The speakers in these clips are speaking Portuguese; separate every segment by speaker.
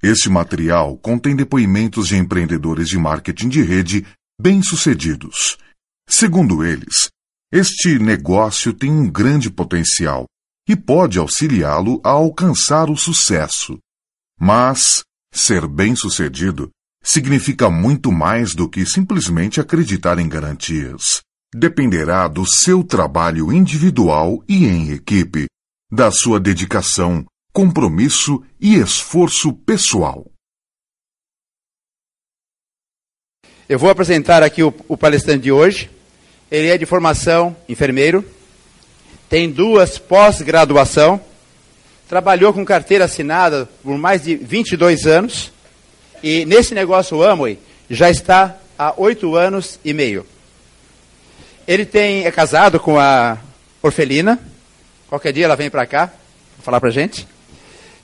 Speaker 1: Este material contém depoimentos de empreendedores de marketing de rede bem-sucedidos. Segundo eles, este negócio tem um grande potencial e pode auxiliá-lo a alcançar o sucesso. Mas ser bem-sucedido significa muito mais do que simplesmente acreditar em garantias. Dependerá do seu trabalho individual e em equipe, da sua dedicação, compromisso e esforço pessoal.
Speaker 2: Eu vou apresentar aqui o, o palestrante de hoje. Ele é de formação enfermeiro, tem duas pós-graduação trabalhou com carteira assinada por mais de 22 anos e nesse negócio Amway já está há oito anos e meio. Ele tem, é casado com a Orfelina, qualquer dia ela vem para cá falar para gente.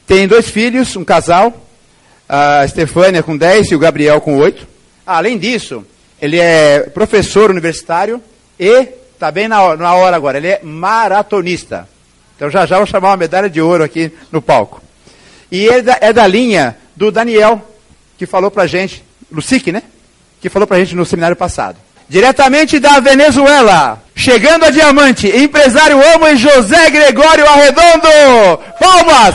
Speaker 2: Tem dois filhos, um casal, a Estefânia com 10 e o Gabriel com 8. Além disso, ele é professor universitário e, está bem na hora agora, ele é maratonista. Então já já vou chamar uma medalha de ouro aqui no palco. E é da, é da linha do Daniel, que falou pra gente, Lucic, né? Que falou pra gente no seminário passado. Diretamente da Venezuela, chegando a diamante, empresário Amo e José Gregório Arredondo. Palmas!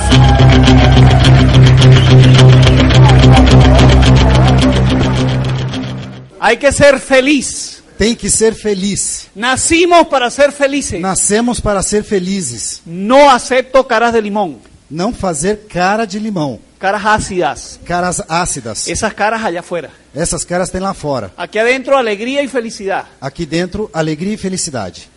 Speaker 3: Hay que ser feliz.
Speaker 4: Tem que ser feliz.
Speaker 3: Nacimos para ser felices.
Speaker 4: Nascemos para ser felizes.
Speaker 3: No acepto caras de limón,
Speaker 4: Não fazer cara de limão.
Speaker 3: caras ácidas.
Speaker 4: Caras ácidas.
Speaker 3: Esas caras allá afuera.
Speaker 4: Essas caras tem lá fora.
Speaker 3: Aquí adentro alegría y felicidad.
Speaker 4: Aqui dentro, alegria e felicidade.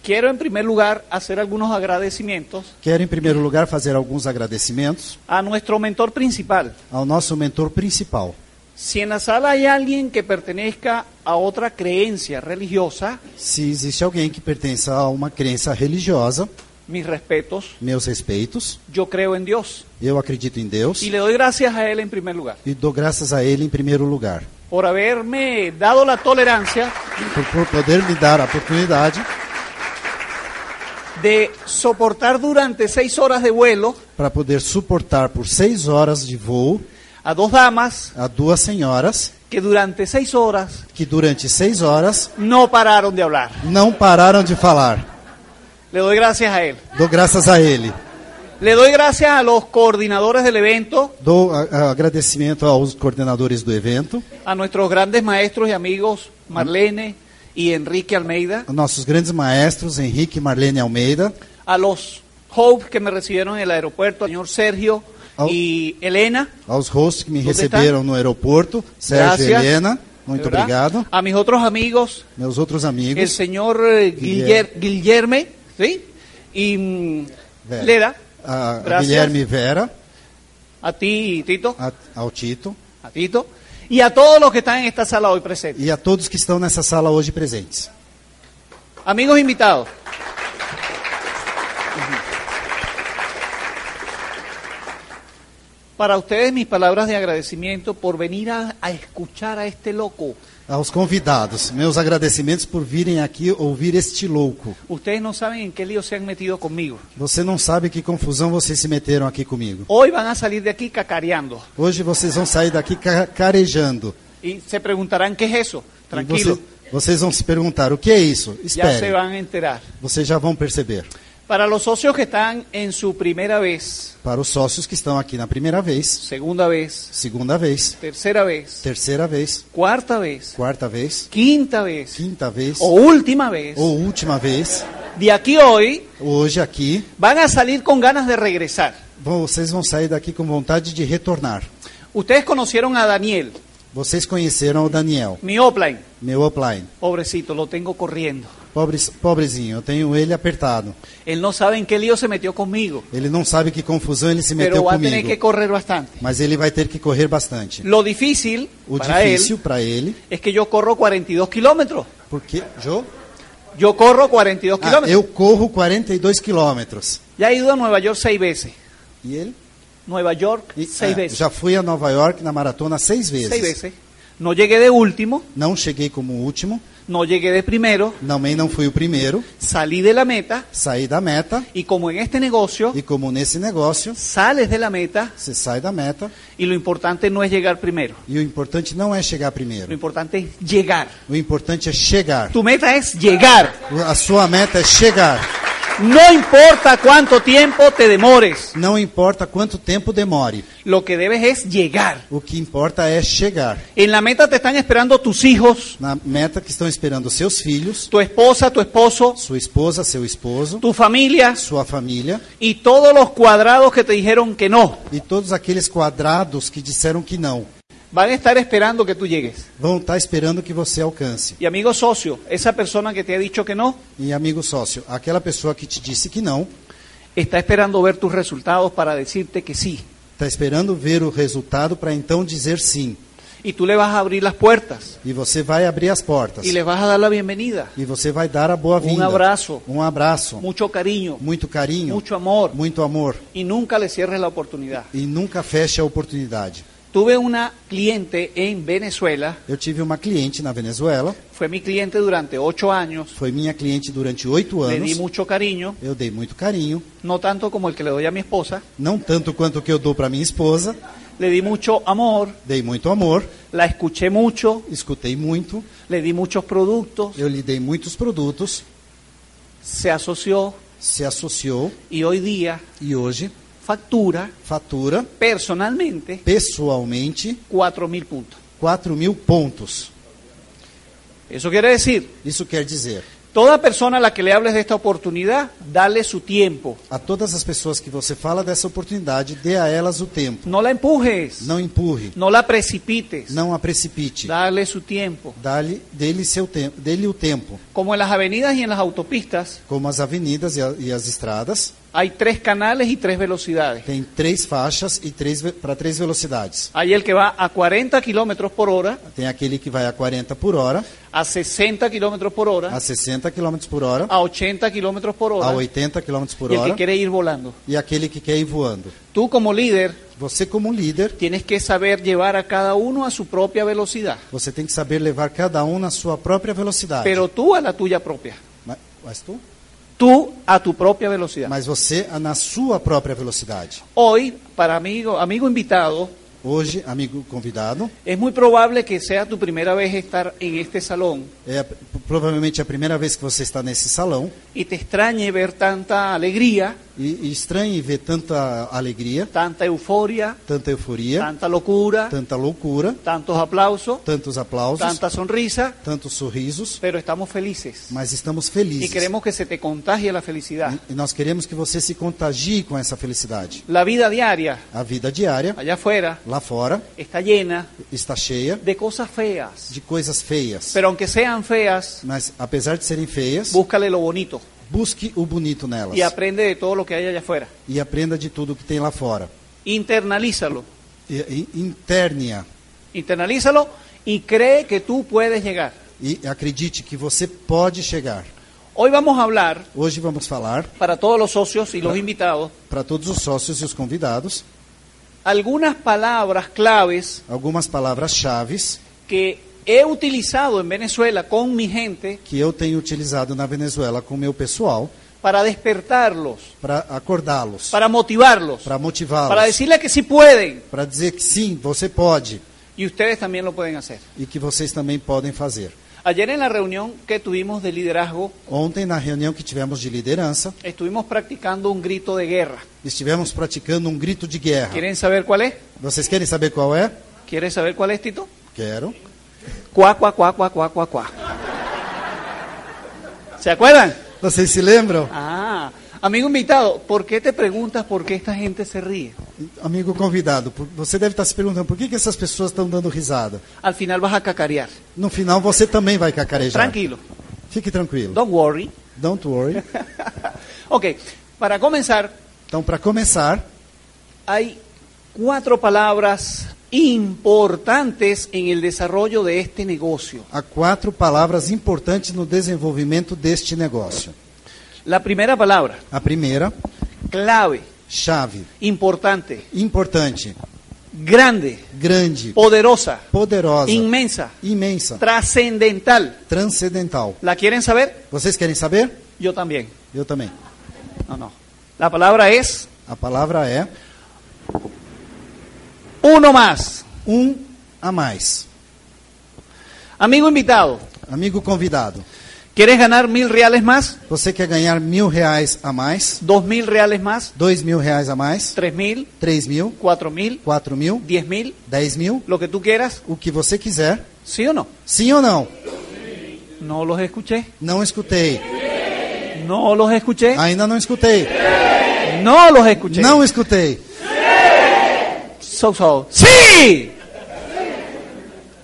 Speaker 3: Quiero en primer lugar hacer algunos agradecimientos
Speaker 4: Quero, em primeiro lugar, fazer alguns agradecimentos
Speaker 3: a nuestro mentor principal.
Speaker 4: ao nosso mentor principal.
Speaker 3: Si en la sala hay alguien que pertenezca a otra creencia religiosa,
Speaker 4: Se existe alguém que pertença a uma crença religiosa,
Speaker 3: mis respetos,
Speaker 4: meus respeitos,
Speaker 3: yo creo en Dios.
Speaker 4: eu acredito em Deus
Speaker 3: Y le doy gracias a él en primer lugar
Speaker 4: e dou graças a Ele em primeiro lugar,
Speaker 3: por haberme dado la tolerancia
Speaker 4: por, por poder me dar a oportunidade
Speaker 3: de soportar durante seis horas de vuelo
Speaker 4: para poder suportar por seis horas de voo
Speaker 3: a dos damas
Speaker 4: a duas senhoras
Speaker 3: que durante seis horas
Speaker 4: que durante seis horas
Speaker 3: no pararon de hablar.
Speaker 4: não pararam de falar.
Speaker 3: Le doy gracias a él.
Speaker 4: Dou graças a Ele.
Speaker 3: Le doy gracias a los coordinadores del evento,
Speaker 4: Dou a- a- agradecimento aos coordenadores do evento,
Speaker 3: a nuestros grandes maestros y amigos Marlene y Enrique Almeida,
Speaker 4: aos nossos grandes maestros Henrique e Marlene Almeida,
Speaker 3: a los Hope que me recibieron en el aeropuerto, al señor Sergio
Speaker 4: Au.
Speaker 3: y Elena.
Speaker 4: aos hosts que me
Speaker 3: Tudo bem, tá?
Speaker 4: receberam no aeroporto, Sérgio e
Speaker 3: Gracias.
Speaker 4: Helena, muito
Speaker 3: de verdad.
Speaker 4: obrigado.
Speaker 3: A mis otros amigos,
Speaker 4: Meus outros
Speaker 3: el
Speaker 4: amigos,
Speaker 3: señor eh, Guiller- Guillerme, ¿sí? Y mm,
Speaker 4: Vera.
Speaker 3: Leda.
Speaker 4: Ah, a, a
Speaker 3: Gracias.
Speaker 4: Guilherme Vera,
Speaker 3: A ti, Tito.
Speaker 4: a, ao Tito
Speaker 3: A Tito. Y a todos los que están en esta sala hoy presentes.
Speaker 4: e a todos que estão nessa sala hoje presentes.
Speaker 3: Amigos invitados. Para ustedes mis palabras de agradecimiento por venir a, a escuchar a este loco.
Speaker 4: Aos convidados, meus agradecimentos por virem aqui ouvir este louco.
Speaker 3: Ustedes no saben en qué lío se han metido conmigo.
Speaker 4: Você não sabe que confusão vocês se meteram aqui comigo.
Speaker 3: Hoy van a salir de aquí cacareando.
Speaker 4: Hoje vocês vão sair daqui ca- carejando.
Speaker 3: Y se preguntarán qué es eso.
Speaker 4: E
Speaker 3: Tranquilo.
Speaker 4: você- vocês vão se perguntar o que é isso.
Speaker 3: Ya se
Speaker 4: Espere,
Speaker 3: van a enterar.
Speaker 4: vocês já vão perceber.
Speaker 3: Para los socios que están en su primera vez,
Speaker 4: Para os sócios que estão aqui na primeira vez,
Speaker 3: segunda vez,
Speaker 4: segunda vez,
Speaker 3: tercera vez,
Speaker 4: terceira vez,
Speaker 3: cuarta vez,
Speaker 4: quarta vez,
Speaker 3: quinta vez
Speaker 4: quinta Oh. vez
Speaker 3: o última vez,
Speaker 4: ou última vez,
Speaker 3: de aquí hoy
Speaker 4: hoje aqui,
Speaker 3: van a salir con ganas de regresar.
Speaker 4: vão- vocês vão sair daqui com vontade de retornar.
Speaker 3: Ustedes conocieron a Daniel,
Speaker 4: Vocês conheceram o Daniel,
Speaker 3: mi offline.
Speaker 4: meu upline.
Speaker 3: Pobrecito, lo tengo corriendo.
Speaker 4: Pobres- pobrezinho, eu tenho ele apertado.
Speaker 3: Él no sabe en qué lío se metió conmigo,
Speaker 4: Ele não sabe que confusão ele se meteu
Speaker 3: pero va a tener
Speaker 4: comigo.
Speaker 3: que correr bastante.
Speaker 4: Mas ele vai ter que correr bastante.
Speaker 3: Lo difícil
Speaker 4: O
Speaker 3: para
Speaker 4: difícil
Speaker 3: él
Speaker 4: para ele,
Speaker 3: es que yo corro 42 kilómetros.
Speaker 4: porque. Jô?
Speaker 3: Yo corro 42
Speaker 4: Ah,
Speaker 3: kilómetros.
Speaker 4: eu corro 42 quilômetros.
Speaker 3: Ya he ido a Nueva York seis veces.
Speaker 4: E ele?
Speaker 3: Nueva York
Speaker 4: E-
Speaker 3: seis
Speaker 4: ah,
Speaker 3: veces.
Speaker 4: Já fui a Nova York na maratona seis vezes.
Speaker 3: Seis veces. No llegué de último,
Speaker 4: Não cheguei como o último,
Speaker 3: no llegué de primero,
Speaker 4: também não fui o primeiro.
Speaker 3: salí de la meta
Speaker 4: Saí da meta,
Speaker 3: y como en este negocio
Speaker 4: e como nesse negócio,
Speaker 3: sales de la meta
Speaker 4: você sai da meta,
Speaker 3: y lo importante no es llegar primero,
Speaker 4: e o importante não é chegar
Speaker 3: lo
Speaker 4: primeiro.
Speaker 3: importante es llegar.
Speaker 4: O importante é chegar.
Speaker 3: Tu meta es llegar.
Speaker 4: A sua meta é chegar.
Speaker 3: No importa cuánto tiempo te demores,
Speaker 4: Não importa quanto tempo demore.
Speaker 3: lo que debes es llegar.
Speaker 4: O que importa é chegar.
Speaker 3: En la meta te están esperando tus hijos,
Speaker 4: Na meta que estão esperando seus filhos,
Speaker 3: tu esposa, tu esposo,
Speaker 4: sua esposa, seu esposo,
Speaker 3: tu familia
Speaker 4: sua família
Speaker 3: y todos los cuadrados que te dijeron que no.
Speaker 4: e todos aqueles quadrados que disseram que não.
Speaker 3: Van a estar esperando que tú llegues.
Speaker 4: Vão estar esperando que você alcance.
Speaker 3: Y amigo socio, esa persona que te ha dicho que no,
Speaker 4: E amigo sócio, aquela pessoa que te disse que não,
Speaker 3: está esperando ver tus resultados para decirte que sí.
Speaker 4: está tá esperando ver o resultado para então dizer sim.
Speaker 3: Y tú le vas a abrir las puertas
Speaker 4: E você vai abrir as portas.
Speaker 3: y les vas a dar la bienvenida.
Speaker 4: E você vai dar a boa-vinda.
Speaker 3: Um abraço.
Speaker 4: Um abraço.
Speaker 3: Mucho cariño,
Speaker 4: Muito carinho.
Speaker 3: mucho amor
Speaker 4: Muito amor.
Speaker 3: y nunca le cierres la oportunidad.
Speaker 4: E nunca feche a oportunidade.
Speaker 3: Tuve una cliente en Venezuela,
Speaker 4: Eu tive uma cliente na Venezuela,
Speaker 3: fue mi cliente durante ocho años,
Speaker 4: foi minha cliente durante oito
Speaker 3: le
Speaker 4: anos.
Speaker 3: di mucho cariño,
Speaker 4: Eu dei muito carinho,
Speaker 3: no tanto como el que le doy a mi esposa,
Speaker 4: não tanto quanto o que eu dou para minha esposa.
Speaker 3: le di mucho amor,
Speaker 4: Dei muito amor,
Speaker 3: la escuché mucho,
Speaker 4: escutei muito,
Speaker 3: le di muchos productos,
Speaker 4: eu lhe dei muitos produtos,
Speaker 3: se asoció
Speaker 4: se associou
Speaker 3: y hoy día
Speaker 4: e hoje
Speaker 3: factura
Speaker 4: fatura
Speaker 3: personalmente
Speaker 4: pessoalmente
Speaker 3: 4 mil puntos.
Speaker 4: 4 mil pontos.
Speaker 3: Eso quiere decir,
Speaker 4: Isso quer dizer,
Speaker 3: toda persona a la que le hables de esta oportunidad, dale su tiempo,
Speaker 4: a todas as pessoas que você fala dessa oportunidade, dê a elas o tempo.
Speaker 3: no la empujes, no,
Speaker 4: Não empurre,
Speaker 3: la precipites,
Speaker 4: não a precipite.
Speaker 3: dale su tiempo.
Speaker 4: Dá-lhe dele seu tempo, dele o tempo.
Speaker 3: Como en las avenidas y en las autopistas,
Speaker 4: Como as avenidas e, a- e as estradas,
Speaker 3: Hay tres canales y tres velocidades.
Speaker 4: tem três faixas e três para três velocidades.
Speaker 3: Hay el que va a 40 kilómetros por hora,
Speaker 4: Tem aquele que vai a 40 por hora,
Speaker 3: a 60 kilómetros por hora,
Speaker 4: a 60 km por hora,
Speaker 3: a 80 kilómetros por
Speaker 4: a
Speaker 3: hora,
Speaker 4: 80 km por
Speaker 3: y el Né? que
Speaker 4: hora
Speaker 3: quiere ir volando.
Speaker 4: e aquele que quer ir voando.
Speaker 3: Tú como líder
Speaker 4: Você como um líder,
Speaker 3: tienes que saber llevar a cada uno a su propia velocidad,
Speaker 4: você tem que saber levar cada um na sua própria velocidade.
Speaker 3: pero tú a la tuya propia,
Speaker 4: Ma- Mas, tu?
Speaker 3: tú a tu propia velocidad.
Speaker 4: Mas você a- na sua própria velocidade.
Speaker 3: Hoy, para amigo, amigo invitado,
Speaker 4: Hoje, amigo convidado,
Speaker 3: es muy probable que sea tu primera vez estar en este salón
Speaker 4: é a- provavelmente a primeira vez que você está nesse salão
Speaker 3: y te extrañe ver tanta alegría,
Speaker 4: e, e estranhe ver tanta alegria,
Speaker 3: tanta euforia,
Speaker 4: tanta euforia,
Speaker 3: tanta locura,
Speaker 4: tanta loucura,
Speaker 3: tantos aplausos,
Speaker 4: tantos aplausos,
Speaker 3: tanta sonrisa,
Speaker 4: tantos sorrisos,
Speaker 3: pero estamos felices.
Speaker 4: mas estamos
Speaker 3: Y
Speaker 4: felizes.
Speaker 3: queremos que se te contagie la felicidad.
Speaker 4: E nós queremos que você se contagie com essa felicidade.
Speaker 3: La vida diaria,
Speaker 4: A vida diária,
Speaker 3: allá afuera,
Speaker 4: lá fora,
Speaker 3: está llena
Speaker 4: está cheia
Speaker 3: de cosas feas.
Speaker 4: de coisas feias.
Speaker 3: Pero aunque sean feas,
Speaker 4: Mas, apesar de serem feias,
Speaker 3: búscale lo bonito
Speaker 4: busque o bonito nelas
Speaker 3: y aprende de todo lo que hay allá afuera.
Speaker 4: e aprenda de tudo que tem lá fora.
Speaker 3: Internalízalo.
Speaker 4: E, e, interne-a.
Speaker 3: Internalízalo y cree que tú puedes llegar.
Speaker 4: E acredite que você pode chegar.
Speaker 3: Hoy vamos a hablar,
Speaker 4: Hoje vamos falar,
Speaker 3: para todos los socios y los invitados,
Speaker 4: para todos os sócios e os convidados,
Speaker 3: algunas palabras claves
Speaker 4: algumas palavras-chave
Speaker 3: que he utilizado en Venezuela con mi gente
Speaker 4: que eu tenho utilizado na Venezuela com meu pessoal
Speaker 3: para despertarlos,
Speaker 4: para acordá-los,
Speaker 3: para motivarlos,
Speaker 4: para
Speaker 3: para
Speaker 4: motivá-los,
Speaker 3: decirles que sí pueden
Speaker 4: para dizer que sim, você pode
Speaker 3: y ustedes también lo pueden hacer.
Speaker 4: e que vocês também podem fazer.
Speaker 3: Ayer en la reunión que tuvimos de liderazgo,
Speaker 4: Ontem, na reunião que tivemos de liderança,
Speaker 3: estuvimos practicando un grito de guerra.
Speaker 4: estivemos praticando um grito de guerra.
Speaker 3: ¿Quieren saber cuál es?
Speaker 4: Vocês querem saber qual é?
Speaker 3: ¿Quieres saber cuál es, Tito?
Speaker 4: Quero.
Speaker 3: Cuá, cuá, cuá, cuá, cuá, cuá, cuá. ¿Se acuerdan?
Speaker 4: Vocês se lembram?
Speaker 3: Ah, amigo invitado, ¿por qué te preguntas por qué esta gente se ríe?
Speaker 4: Amigo convidado, por- você deve estar se perguntando por que, que essas pessoas estão dando risada.
Speaker 3: Al final vas a cacarear.
Speaker 4: No final você também vai cacarejar.
Speaker 3: Tranquilo.
Speaker 4: Fique tranquilo.
Speaker 3: Don't worry.
Speaker 4: Don't worry.
Speaker 3: Ok, para comenzar,
Speaker 4: Então, para começar,
Speaker 3: hay cuatro palabras importantes en el desarrollo de este negocio.
Speaker 4: há quatro palavras importantes no desenvolvimento deste negócio.
Speaker 3: La primera palabra,
Speaker 4: A primeira,
Speaker 3: clave,
Speaker 4: chave.
Speaker 3: importante,
Speaker 4: Importante,
Speaker 3: grande,
Speaker 4: grande,
Speaker 3: poderosa,
Speaker 4: poderosa,
Speaker 3: inmensa,
Speaker 4: imensa,
Speaker 3: trascendental.
Speaker 4: transcendental.
Speaker 3: ¿La quieren saber?
Speaker 4: Vocês querem saber?
Speaker 3: Yo también.
Speaker 4: Eu também.
Speaker 3: No, no. La palabra es
Speaker 4: A palavra é
Speaker 3: uno más.
Speaker 4: um a mais.
Speaker 3: Amigo invitado,
Speaker 4: Amigo convidado,
Speaker 3: ¿quieres ganar mil reales más?
Speaker 4: você quer ganhar mil reais a mais,
Speaker 3: ¿Dos mil reales más?
Speaker 4: dois mil reais a mais,
Speaker 3: ¿Tres mil?
Speaker 4: três mil,
Speaker 3: ¿Cuatro mil?
Speaker 4: quatro mil,
Speaker 3: ¿Diez mil?
Speaker 4: dez mil,
Speaker 3: Lo que tú quieras,
Speaker 4: o que você quiser.
Speaker 3: ¿sí o no?
Speaker 4: Sim ou não?
Speaker 3: No los escuché.
Speaker 4: Não escutei.
Speaker 3: No los escuché.
Speaker 4: Ainda não escutei.
Speaker 3: No los escuché.
Speaker 4: Não escutei.
Speaker 3: So, so. ¡Sí!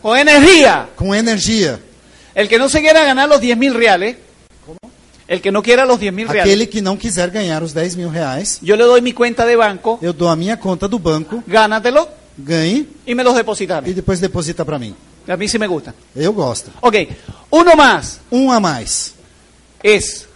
Speaker 3: Con energía.
Speaker 4: Com energia.
Speaker 3: El que no se quiera ganar los 10 mil reales. El que no quiera los 10 mil reales.
Speaker 4: Aquele que não quiser ganhar os 10 mil reais,
Speaker 3: Yo le doy mi cuenta de banco.
Speaker 4: eu dou a minha conta do banco,
Speaker 3: Gánatelo
Speaker 4: ganhe
Speaker 3: y me los depositan.
Speaker 4: e depois deposita para mim.
Speaker 3: A mí sí me gusta.
Speaker 4: Eu gosto.
Speaker 3: Ok. Uno más
Speaker 4: Um a mais.
Speaker 3: es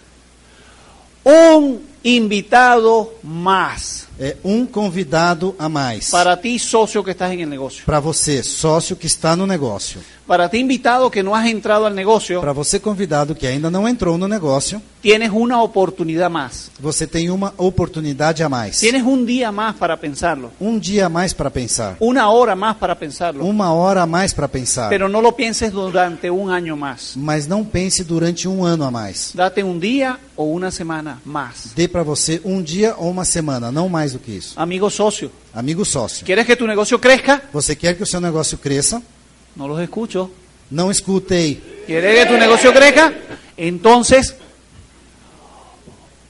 Speaker 3: un invitado más
Speaker 4: É um convidado a mais.
Speaker 3: para ti, socio que estás en el negocio.
Speaker 4: Para você, sócio que está no negócio.
Speaker 3: Para ti, invitado que no has entrado al negocio,
Speaker 4: Para você, convidado que ainda não entrou no negócio,
Speaker 3: tienes una oportunidad más.
Speaker 4: você tem uma oportunidade a mais.
Speaker 3: Tienes un día más para pensarlo,
Speaker 4: Um dia a mais para pensar.
Speaker 3: una hora más para pensarlo,
Speaker 4: Uma hora a mais para pensar.
Speaker 3: pero no lo pienses durante un año más.
Speaker 4: Mas não pense durante um ano a mais.
Speaker 3: Date un día o una semana más.
Speaker 4: Dê para você um dia ou uma semana, não mais do que isso.
Speaker 3: Amigo socio,
Speaker 4: Amigo sócio,
Speaker 3: ¿quieres que tu negocio crezca?
Speaker 4: você quer que o seu negócio cresça?
Speaker 3: No los escucho.
Speaker 4: Não escutei.
Speaker 3: ¿Quieres que tu negocio crezca? Entonces,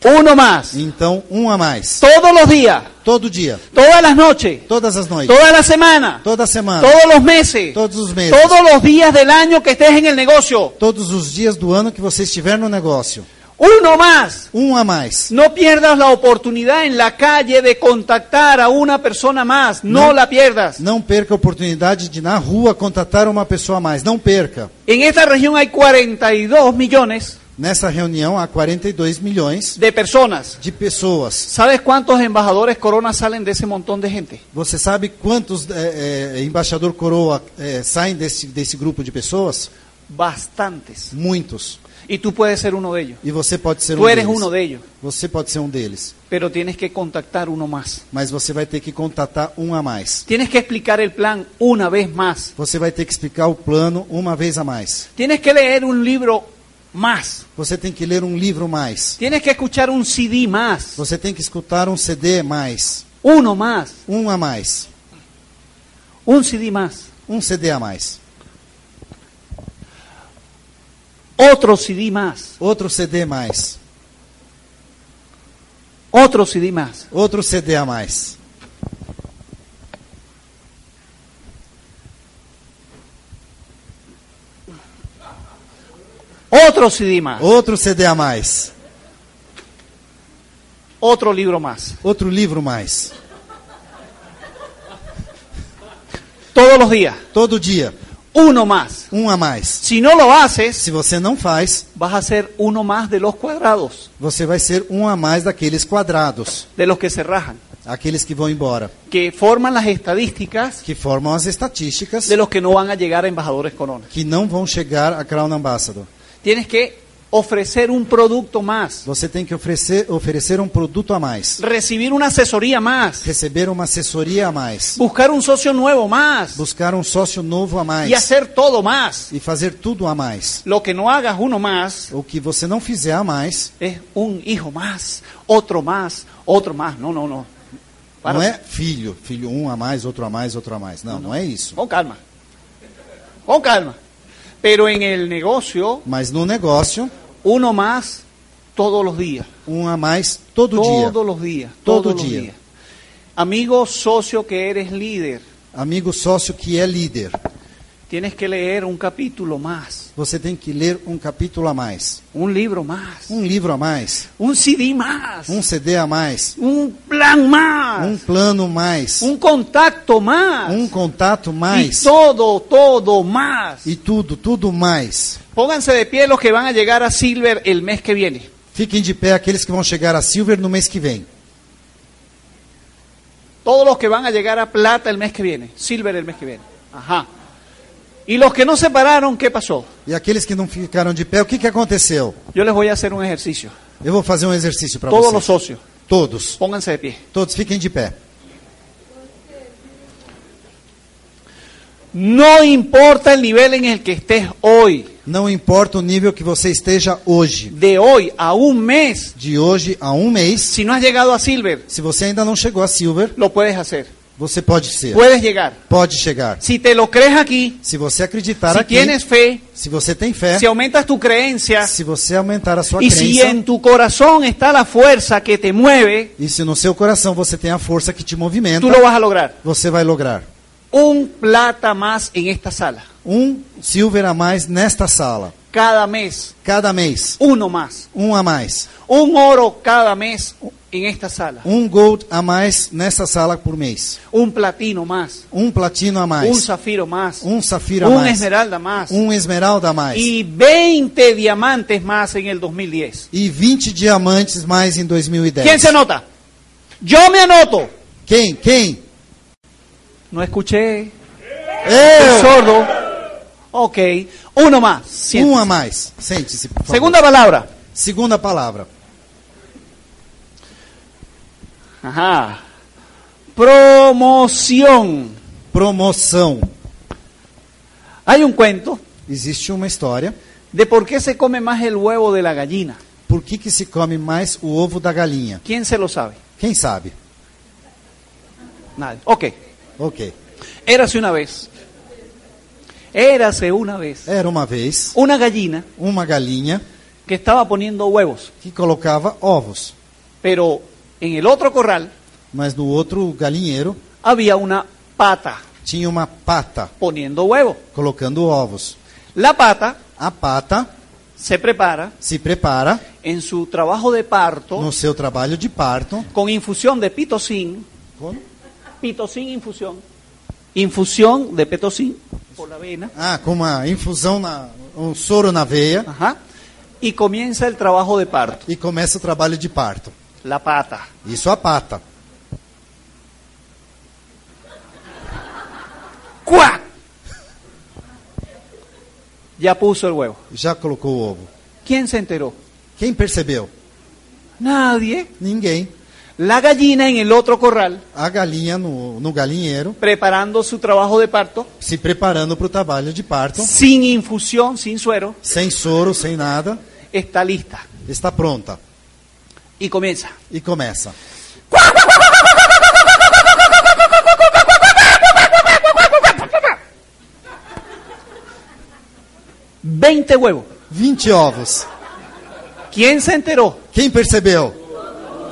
Speaker 3: uno más.
Speaker 4: Então, um a mais.
Speaker 3: Todos los días,
Speaker 4: Todo dia,
Speaker 3: todas las noches,
Speaker 4: todas as noites,
Speaker 3: toda la semana,
Speaker 4: toda semana,
Speaker 3: todos los meses,
Speaker 4: todos os meses,
Speaker 3: todos los días del año que estés en el negocio.
Speaker 4: todos os dias do ano que você estiver no negócio.
Speaker 3: Uno más.
Speaker 4: Um a mais.
Speaker 3: No pierdas la oportunidad en la calle de contactar a una persona más. No,
Speaker 4: No.
Speaker 3: la pierdas.
Speaker 4: Não perca a oportunidade de na rua contratar uma pessoa a mais. Não perca.
Speaker 3: En esta región hay 42 millones
Speaker 4: Nessa reunião há 42 milhões
Speaker 3: de personas.
Speaker 4: de pessoas.
Speaker 3: ¿Sabes cuántos embajadores corona salen de esse montón de gente?
Speaker 4: Você sabe quantos eh, eh, embaixador coroa eh, saem desse, desse grupo de pessoas?
Speaker 3: Bastantes.
Speaker 4: Muitos.
Speaker 3: Y tú puedes ser uno de ellos.
Speaker 4: E você pode ser
Speaker 3: Tú
Speaker 4: um
Speaker 3: eres
Speaker 4: deles.
Speaker 3: uno de ellos.
Speaker 4: Você pode ser um deles.
Speaker 3: Pero tienes que contactar uno más.
Speaker 4: Mas você vai ter que contatar um a mais.
Speaker 3: Tienes que explicar el plan una vez más.
Speaker 4: Você vai ter que explicar o plano uma vez a mais.
Speaker 3: Tienes que leer un libro más.
Speaker 4: Você tem que ler um livro mais.
Speaker 3: Tienes que escuchar un CD más.
Speaker 4: Você tem que escutar um CD mais.
Speaker 3: Uno más.
Speaker 4: Um a mais.
Speaker 3: Un CD más.
Speaker 4: Um CD a mais.
Speaker 3: Otro CD más.
Speaker 4: Outro CD mais.
Speaker 3: Otro CD más.
Speaker 4: Outro CD a mais.
Speaker 3: Otro CD más.
Speaker 4: Outro CD a mais.
Speaker 3: Otro libro más.
Speaker 4: Outro livro mais.
Speaker 3: Todos los días.
Speaker 4: Todo dia.
Speaker 3: Uno más.
Speaker 4: Um a mais.
Speaker 3: Si no lo haces,
Speaker 4: Se você não faz,
Speaker 3: vas a ser uno más de los cuadrados,
Speaker 4: você vai ser um a mais daqueles quadrados.
Speaker 3: de los que se rajan,
Speaker 4: Aqueles que vão embora.
Speaker 3: que forman las estadísticas
Speaker 4: Que formam as estatísticas
Speaker 3: de los que no van a llegar a embajadores corona.
Speaker 4: que não vão chegar a Crown Ambassador.
Speaker 3: Tienes que ofrecer un producto más,
Speaker 4: Você tem que oferecer, oferecer um produto a mais.
Speaker 3: recibir una asesoría más,
Speaker 4: Receber uma assessoria a mais.
Speaker 3: buscar un socio nuevo más
Speaker 4: Buscar um sócio novo a mais.
Speaker 3: y hacer todo más.
Speaker 4: E fazer tudo a mais.
Speaker 3: Lo que no hagas uno más
Speaker 4: O que você não fizer a mais,
Speaker 3: es un hijo más, otro más, otro más. No, no, no.
Speaker 4: não
Speaker 3: Párate.
Speaker 4: é filho. Filho um a mais, outro a mais, outro a mais. Não, não é isso.
Speaker 3: Con calma. Con calma. Pero en el negocio,
Speaker 4: Mas no negócio,
Speaker 3: uno más todos los días.
Speaker 4: um a mais todo
Speaker 3: todos
Speaker 4: dia.
Speaker 3: los días.
Speaker 4: Todo
Speaker 3: todos los
Speaker 4: día.
Speaker 3: días. Amigo socio que eres líder,
Speaker 4: Amigo sócio que é líder.
Speaker 3: Tienes que leer un capítulo más,
Speaker 4: Você tem que ler um capítulo a mais,
Speaker 3: un libro más,
Speaker 4: um livro a mais,
Speaker 3: un CD más,
Speaker 4: um CD a mais,
Speaker 3: un plan
Speaker 4: um
Speaker 3: más,
Speaker 4: plano mais,
Speaker 3: un contacto más,
Speaker 4: um contato
Speaker 3: y
Speaker 4: mais
Speaker 3: todo, todo más.
Speaker 4: e tudo, tudo mais.
Speaker 3: Pónganse de pie los que van a llegar a Silver el mes que viene.
Speaker 4: Fiquem de pé aqueles que vão chegar a Silver no mês que vem.
Speaker 3: Todos los que van a llegar a Plata el mes que viene. Silver el mes que viene. Ajá. Y los que no se pararon, ¿qué pasó?
Speaker 4: E aqueles que não ficaram de pé, o que, que aconteceu?
Speaker 3: Yo les voy a hacer un ejercicio.
Speaker 4: Eu vou fazer um exercício para
Speaker 3: Todos los
Speaker 4: vocês.
Speaker 3: socios,
Speaker 4: Todos,
Speaker 3: pónganse de pie.
Speaker 4: todos, fiquem de pé.
Speaker 3: No importa el nivel en el que estés hoy,
Speaker 4: Não importa o nível que você esteja hoje,
Speaker 3: de hoy a un mes,
Speaker 4: de hoje a um mês,
Speaker 3: si no has llegado a Silver,
Speaker 4: se você ainda não chegou a Silver,
Speaker 3: lo puedes hacer.
Speaker 4: você pode ser,
Speaker 3: Puedes llegar.
Speaker 4: pode chegar.
Speaker 3: Si te lo crees aquí,
Speaker 4: Se você acreditar
Speaker 3: si
Speaker 4: aqui,
Speaker 3: tienes fe,
Speaker 4: se você tem fé,
Speaker 3: si aumentas tu creencia
Speaker 4: se você aumentar a sua
Speaker 3: y
Speaker 4: crença,
Speaker 3: si en tu corazón está la fuerza que te mueve,
Speaker 4: e se no seu coração você tem a força que te movimenta,
Speaker 3: tú lo vas a lograr.
Speaker 4: você vai lograr.
Speaker 3: Un plata más en esta sala.
Speaker 4: Um Silver a mais nesta sala,
Speaker 3: Cada mes,
Speaker 4: cada mês,
Speaker 3: uno más.
Speaker 4: um a mais,
Speaker 3: Un oro cada mes en esta sala.
Speaker 4: um Gold a mais nessa sala por mês,
Speaker 3: Un platino más.
Speaker 4: um Platino a
Speaker 3: Un
Speaker 4: mais,
Speaker 3: zafiro más.
Speaker 4: um Safira a
Speaker 3: Un
Speaker 4: mais,
Speaker 3: esmeralda más.
Speaker 4: um Esmeralda a mais.
Speaker 3: y 20 diamantes más en el 2010.
Speaker 4: e 20 diamantes mais em 2010.
Speaker 3: ¿Quién se anota? Yo me anoto.
Speaker 4: Quem? Quem?
Speaker 3: No escuché. Soy
Speaker 4: Eu!
Speaker 3: sordo. Ok. Uno más. Siéntese.
Speaker 4: Um a mais. Sente-se, por favor.
Speaker 3: Segunda palabra.
Speaker 4: Segunda palavra.
Speaker 3: Ajá. Promoción.
Speaker 4: Promoção.
Speaker 3: Hay un cuento
Speaker 4: Existe uma história.
Speaker 3: de por qué se come más el huevo de la gallina.
Speaker 4: Por que, que se come mais o ovo da galinha?
Speaker 3: ¿Quién se lo sabe?
Speaker 4: Quem sabe?
Speaker 3: Nadie. Ok.
Speaker 4: Ok.
Speaker 3: Érase una vez. Érase una vez.
Speaker 4: Era uma vez
Speaker 3: Una gallina
Speaker 4: uma galinha
Speaker 3: que estaba poniendo huevos,
Speaker 4: que colocava ovos,
Speaker 3: pero en el otro corral
Speaker 4: mas no outro galinheiro
Speaker 3: había una pata
Speaker 4: tinha uma pata
Speaker 3: poniendo huevo.
Speaker 4: colocando ovos.
Speaker 3: La pata
Speaker 4: A pata
Speaker 3: se prepara
Speaker 4: se prepara
Speaker 3: en su trabajo de parto
Speaker 4: no seu trabalho de parto.
Speaker 3: con infusión de pitocin,
Speaker 4: Como?
Speaker 3: pitocin infusión, infusión de pitocin por la vena,
Speaker 4: Ah, com uma infusão, na, um soro na veia
Speaker 3: ajá, y comienza el trabajo de parto.
Speaker 4: e começa o trabalho de parto.
Speaker 3: La pata.
Speaker 4: Isso a pata.
Speaker 3: ¡Cuac! Ya puso el huevo.
Speaker 4: Já colocou o ovo.
Speaker 3: ¿Quién se enteró?
Speaker 4: Quem percebeu?
Speaker 3: Nadie.
Speaker 4: Ninguém.
Speaker 3: La gallina en el otro corral,
Speaker 4: A galinha no, no galinheiro
Speaker 3: preparando su trabajo de parto,
Speaker 4: se preparando para o trabalho de parto,
Speaker 3: sin infusión, sin suero,
Speaker 4: sem soro, sem nada,
Speaker 3: está lista.
Speaker 4: está pronta
Speaker 3: Y comienza.
Speaker 4: e começa.
Speaker 3: Veinte huevos.
Speaker 4: 20 ovos.
Speaker 3: ¿Quién se enteró?
Speaker 4: Quem percebeu?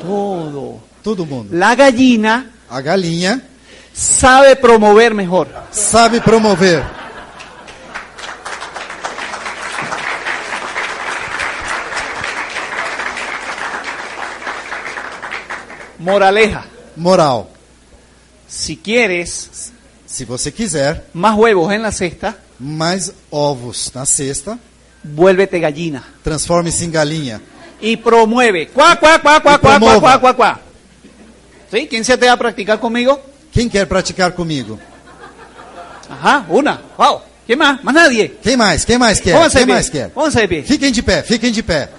Speaker 3: Todo.
Speaker 4: Todo mundo.
Speaker 3: La gallina
Speaker 4: A galinha
Speaker 3: sabe promover mejor.
Speaker 4: sabe promover.
Speaker 3: Moraleja,
Speaker 4: Moral.
Speaker 3: si quieres
Speaker 4: Se você quiser
Speaker 3: más huevos en la cesta,
Speaker 4: mais ovos na cesta,
Speaker 3: vuélvete gallina
Speaker 4: transforme-se em galinha.
Speaker 3: y promueve. Cuá, cuá, cuá, cuá, cuá,
Speaker 4: Y
Speaker 3: cuá,
Speaker 4: promova.
Speaker 3: cuá, cuá, cuá. ¿Sí? ¿Quién se te va a practicar conmigo?
Speaker 4: Quem quer praticar comigo?
Speaker 3: Ajá, una. Wow. ¿Quién más? Más nadie.
Speaker 4: Quem mais? Quem mais quer?
Speaker 3: Pónganse
Speaker 4: Quem
Speaker 3: de
Speaker 4: mais
Speaker 3: pie.
Speaker 4: quer?
Speaker 3: Pónganse de pie.
Speaker 4: Fiquem de pé, fiquem de pé.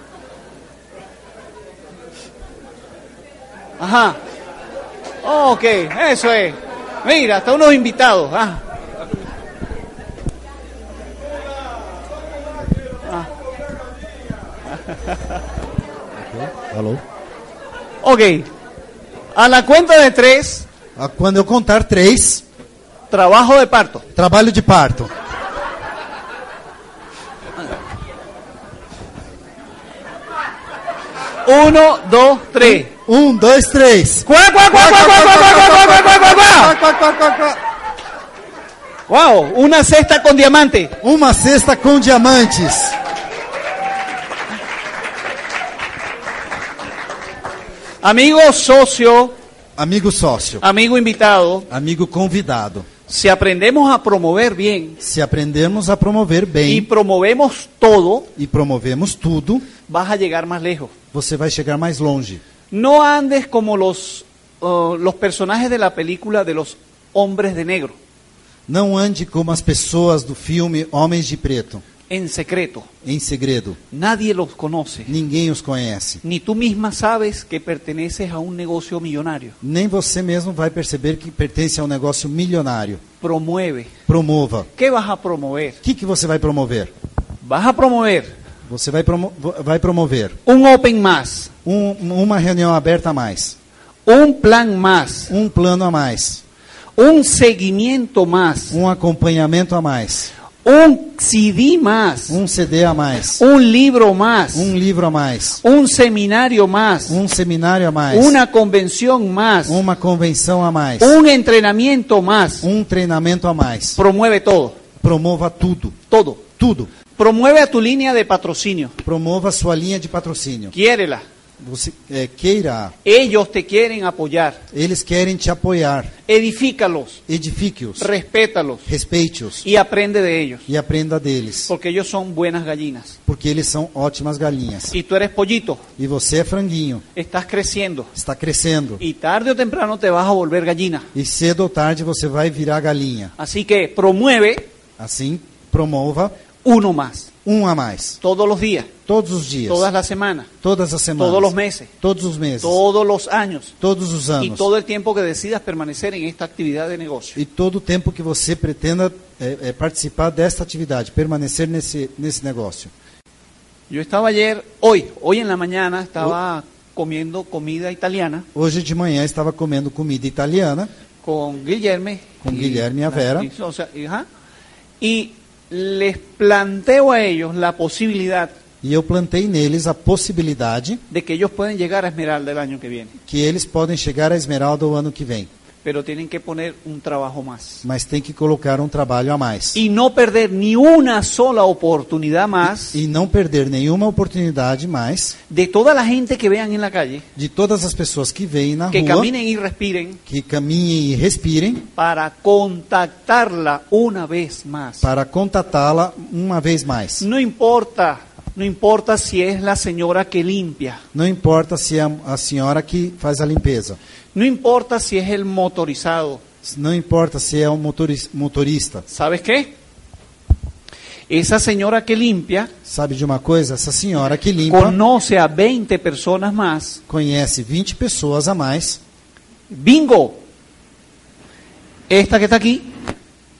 Speaker 3: Ajá. Ok, eso es. Mira, hasta unos invitados. Ah.
Speaker 4: Alô?
Speaker 3: Ok. A la cuenta de tres,
Speaker 4: Ah, Quando eu contar três,
Speaker 3: trabajo de parto.
Speaker 4: trabalho de parto.
Speaker 3: Uno, dos, tres.
Speaker 4: Um, dois, três.
Speaker 3: ¡Cuá, cuá, cuá, cuá, cuá, cuá, cuá, cuá, cuá, cuá, cuá, cuá!
Speaker 4: Quá, quá, quá, quá.
Speaker 3: ¡Wow! Una cesta con diamante.
Speaker 4: Uma cesta com diamantes.
Speaker 3: Amigo socio,
Speaker 4: Amigo sócio,
Speaker 3: amigo invitado,
Speaker 4: amigo convidado,
Speaker 3: si aprendemos a promover bien
Speaker 4: se aprendemos a promover
Speaker 3: y
Speaker 4: bem
Speaker 3: promovemos todo,
Speaker 4: e promovemos tudo,
Speaker 3: vas a llegar más lejos.
Speaker 4: você vai chegar mais longe.
Speaker 3: No andes como los, uh, los personajes de la película de los hombres de negro,
Speaker 4: Não ande como as pessoas do filme Homens de Preto,
Speaker 3: en secreto.
Speaker 4: em segredo.
Speaker 3: Nadie los conoce.
Speaker 4: Ninguém os conhece.
Speaker 3: Ni tú misma sabes que perteneces a un negocio millonario.
Speaker 4: Nem você mesmo vai perceber que pertence a um negócio milionário.
Speaker 3: Promueve.
Speaker 4: Promova.
Speaker 3: ¿Qué vas a promover?
Speaker 4: O que, que você vai promover?
Speaker 3: Vas a promover
Speaker 4: Você vai, promo vai promover
Speaker 3: un open más,
Speaker 4: um, uma reunião aberta a mais,
Speaker 3: un plan más,
Speaker 4: um plano a mais,
Speaker 3: un seguimiento más,
Speaker 4: um acompanhamento a mais,
Speaker 3: un CD más,
Speaker 4: um CD a mais,
Speaker 3: un libro más,
Speaker 4: um livro a mais,
Speaker 3: un seminario más,
Speaker 4: um seminário a mais,
Speaker 3: una convención más,
Speaker 4: uma convenção a mais,
Speaker 3: un entrenamiento más.
Speaker 4: um treinamento a mais.
Speaker 3: Promueve todo,
Speaker 4: Promova tudo,
Speaker 3: todo.
Speaker 4: tudo.
Speaker 3: Promueve a tu línea de patrocinio.
Speaker 4: Promova sua linha de patrocínio.
Speaker 3: Quiérela.
Speaker 4: Você é, queira,
Speaker 3: Ellos te quieren apoyar.
Speaker 4: eles querem te apoiar.
Speaker 3: Edifícalos,
Speaker 4: Edifique-os,
Speaker 3: respétalos
Speaker 4: respeite-os
Speaker 3: y aprende de ellos,
Speaker 4: e aprenda deles,
Speaker 3: porque ellos son buenas gallinas.
Speaker 4: porque eles são ótimas galinhas.
Speaker 3: Y tú eres pollito,
Speaker 4: E você é franguinho,
Speaker 3: estás creciendo
Speaker 4: está crescendo.
Speaker 3: y tarde o temprano te vas a volver gallina.
Speaker 4: E cedo ou tarde você vai virar galinha.
Speaker 3: Así que promueve
Speaker 4: Assim, promova
Speaker 3: uno más,
Speaker 4: um a mais.
Speaker 3: todos los días,
Speaker 4: Todos os dias,
Speaker 3: todas las semanas,
Speaker 4: todas as semanas,
Speaker 3: todos los meses,
Speaker 4: todos os meses,
Speaker 3: todos los años
Speaker 4: todos os
Speaker 3: y
Speaker 4: anos.
Speaker 3: todo el tiempo que decidas permanecer en esta actividad de negocio.
Speaker 4: E todo o tempo que você pretenda é, é, participar desta atividade, permanecer nesse, nesse negócio.
Speaker 3: Yo estaba ayer, hoy, hoy en la mañana estaba
Speaker 4: Uh.
Speaker 3: comiendo comida italiana
Speaker 4: Hoje de manhã estava comendo comida italiana,
Speaker 3: con Guillerme.
Speaker 4: Con Guillerme y Avera.
Speaker 3: Y, o sea, y- ajá. Y les planteo a ellos la posibilidad
Speaker 4: e eu plantei neles a possibilidade
Speaker 3: de que ellos pueden llegar a Esmeralda el año que viene,
Speaker 4: que eles podem chegar à Esmeralda o ano que vem,
Speaker 3: pero tienen que poner un trabajo más.
Speaker 4: mas tem que colocar um trabalho a mais.
Speaker 3: Y no perder ni una sola oportunidad más
Speaker 4: E não perder nenhuma oportunidade mais
Speaker 3: de toda la gente que vean en la calle,
Speaker 4: de todas as pessoas que vêm na
Speaker 3: que
Speaker 4: rua,
Speaker 3: caminen y respiren,
Speaker 4: que caminhem e respirem,
Speaker 3: para contactarla una vez más.
Speaker 4: para contatá-la uma vez mais.
Speaker 3: No importa, no importa si es la señora que limpia,
Speaker 4: Não importa se é a senhora que faz a limpeza,
Speaker 3: no importa si es el motorizado.
Speaker 4: não importa se é um motoris- motorista.
Speaker 3: ¿Sabes qué? Esa señora que limpia
Speaker 4: Sabe de uma coisa? Essa senhora que limpa
Speaker 3: conoce a 20 personas más.
Speaker 4: conhece 20 pessoas a mais.
Speaker 3: Bingo. Esta que está aquí,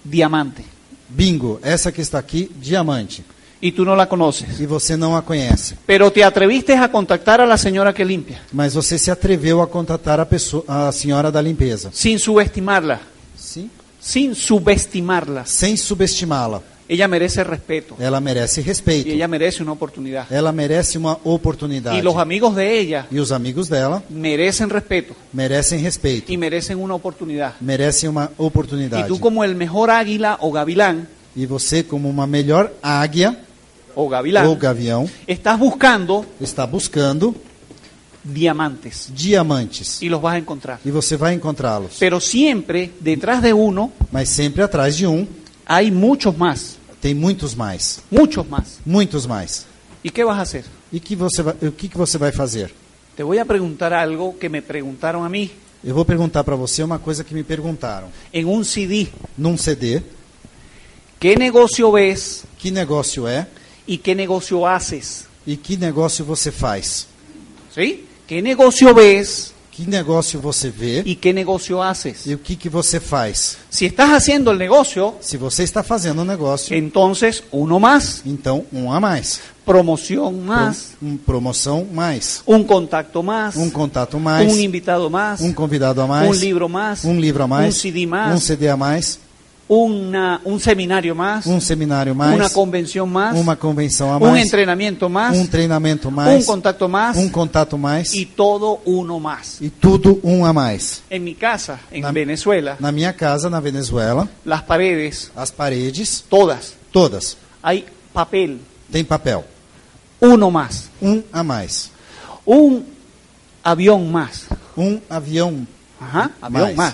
Speaker 3: diamante.
Speaker 4: Bingo, essa que está aqui, diamante.
Speaker 3: Y tú no la conoces.
Speaker 4: E você não a conhece.
Speaker 3: Pero te atreviste a contactar a la señora que limpia,
Speaker 4: Mas você se atreveu a contatar a, pessoa, a senhora da limpeza.
Speaker 3: sin subestimarla,
Speaker 4: Sim.
Speaker 3: sin subestimarla.
Speaker 4: Sem subestimá-la.
Speaker 3: Ela merece respeto
Speaker 4: Ela merece respeito.
Speaker 3: y ella merece una oportunidad.
Speaker 4: Ela merece uma oportunidade.
Speaker 3: Y los amigos de ella
Speaker 4: E os amigos dela
Speaker 3: merecen respeto
Speaker 4: merecem respeito.
Speaker 3: y merecen una oportunidad.
Speaker 4: Merecem uma
Speaker 3: Y
Speaker 4: oportunidade.
Speaker 3: tú como el mejor águila o gavilán
Speaker 4: E você, como uma melhor águia
Speaker 3: o gavilán,
Speaker 4: ou gavião,
Speaker 3: estás buscando
Speaker 4: está buscando
Speaker 3: diamantes
Speaker 4: diamantes.
Speaker 3: y los vas a encontrar.
Speaker 4: E você vai encontrá-los.
Speaker 3: Pero siempre detrás de uno
Speaker 4: Mas sempre atrás de um,
Speaker 3: hay muchos más,
Speaker 4: tem muitos mais.
Speaker 3: muchos más.
Speaker 4: Muitos mais.
Speaker 3: ¿Y qué vas a hacer?
Speaker 4: E que você vai, o que, que você vai fazer?
Speaker 3: Te voy a preguntar algo que me preguntaron a mí
Speaker 4: Eu vou perguntar para você uma coisa que me perguntaram.
Speaker 3: en un CD.
Speaker 4: Num CD,
Speaker 3: ¿Qué negocio ves
Speaker 4: que negócio é
Speaker 3: y qué negocio haces?
Speaker 4: e que negócio você faz?
Speaker 3: ¿Sí? ¿Qué negocio ves
Speaker 4: Que negócio você vê
Speaker 3: y qué negocio haces?
Speaker 4: e o que, que você faz?
Speaker 3: Si estás haciendo el negocio,
Speaker 4: Se você está fazendo um negócio,
Speaker 3: entonces uno más,
Speaker 4: então um a mais.
Speaker 3: promoción más,
Speaker 4: Um, promoção mais.
Speaker 3: un contacto más,
Speaker 4: Um contato mais.
Speaker 3: un invitado más,
Speaker 4: Um convidado a mais.
Speaker 3: un libro más,
Speaker 4: um livro a mais.
Speaker 3: un CD más,
Speaker 4: Um CD a mais.
Speaker 3: una- un seminario más,
Speaker 4: um seminário mais,
Speaker 3: una convención más,
Speaker 4: uma convenção a
Speaker 3: un
Speaker 4: mais,
Speaker 3: entrenamiento más,
Speaker 4: um treinamento mais,
Speaker 3: un contacto más
Speaker 4: um contato mais
Speaker 3: y todo uno más.
Speaker 4: e tudo um a mais.
Speaker 3: En mi casa, en
Speaker 4: Na-
Speaker 3: Venezuela,
Speaker 4: Na minha casa, na Venezuela,
Speaker 3: las paredes,
Speaker 4: as paredes,
Speaker 3: todas,
Speaker 4: todas,
Speaker 3: hay papel,
Speaker 4: têm papel.
Speaker 3: uno más,
Speaker 4: Um a mais.
Speaker 3: un avión más,
Speaker 4: Um avião,
Speaker 3: ajá, avión más,
Speaker 4: Más.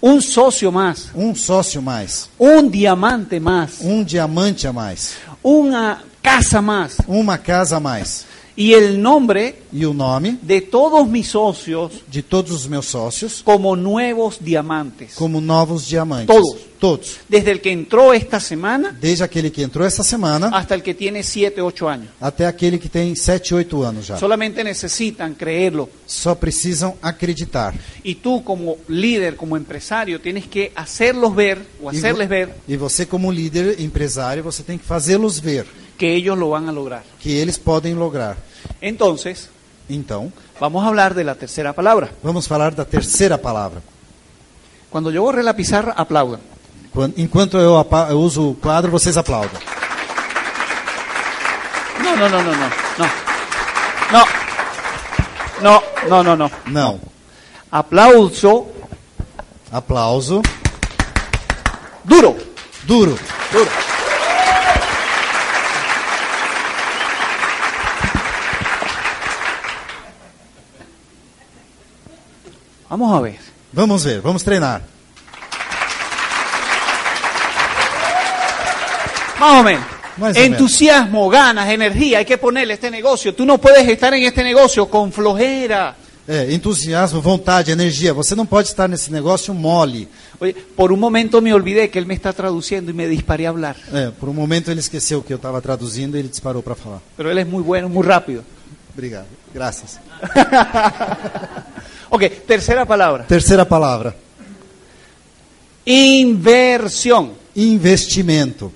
Speaker 3: un socio más,
Speaker 4: um sócio mais,
Speaker 3: un diamante más,
Speaker 4: um diamante a mais,
Speaker 3: una casa más
Speaker 4: uma casa a mais.
Speaker 3: y el nombre
Speaker 4: E o nome
Speaker 3: de todos mis socios
Speaker 4: de todos os meus sócios
Speaker 3: como nuevos diamantes.
Speaker 4: como novos diamantes.
Speaker 3: Todos.
Speaker 4: Todos.
Speaker 3: Desde el que entró esta semana
Speaker 4: Desde aquele que entrou essa semana
Speaker 3: hasta el que tiene 7, 8 años.
Speaker 4: até aquele que tem 7, 8 anos já.
Speaker 3: Solamente necesitan creerlo.
Speaker 4: Só precisam acreditar.
Speaker 3: Y tú como líder, como empresario, tienes que hacerlos ver o
Speaker 4: E,
Speaker 3: hacerles
Speaker 4: vo-
Speaker 3: ver
Speaker 4: e você, como líder empresário, você tem que fazê-los ver
Speaker 3: que ellos lo van a lograr.
Speaker 4: que eles podem lograr.
Speaker 3: Entonces,
Speaker 4: Então,
Speaker 3: vamos a hablar de la tercera palabra.
Speaker 4: vamos falar da terceira palavra.
Speaker 3: Cuando yo borré la pizarra, aplaudan.
Speaker 4: Quan- Enquanto eu, apa- eu uso o quadro, vocês aplaudam.
Speaker 3: No, no, no, no, no, no. No. No, no, no, no.
Speaker 4: Não.
Speaker 3: Aplauso
Speaker 4: Aplauso.
Speaker 3: duro.
Speaker 4: Duro.
Speaker 3: Duro. Vamos a ver.
Speaker 4: Vamos ver, vamos treinar.
Speaker 3: Más o menos.
Speaker 4: Más o menos.
Speaker 3: Entusiasmo, ganas, energía, hay que ponerle a este negocio. Tú no puedes estar en este negocio con flojera.
Speaker 4: É, entusiasmo, vontade, energia. Você não pode estar nesse negócio mole.
Speaker 3: Oye, por un momento me olvidé que él me está traduciendo y me disparé a hablar.
Speaker 4: É, por um momento ele esqueceu o que eu estava traduzindo e ele disparou para falar.
Speaker 3: Pero él es muy bueno, muy rápido.
Speaker 4: Obrigado. Graças.
Speaker 3: ok, tercera palabra.
Speaker 4: Terceira palavra:
Speaker 3: Inversión.
Speaker 4: investimento.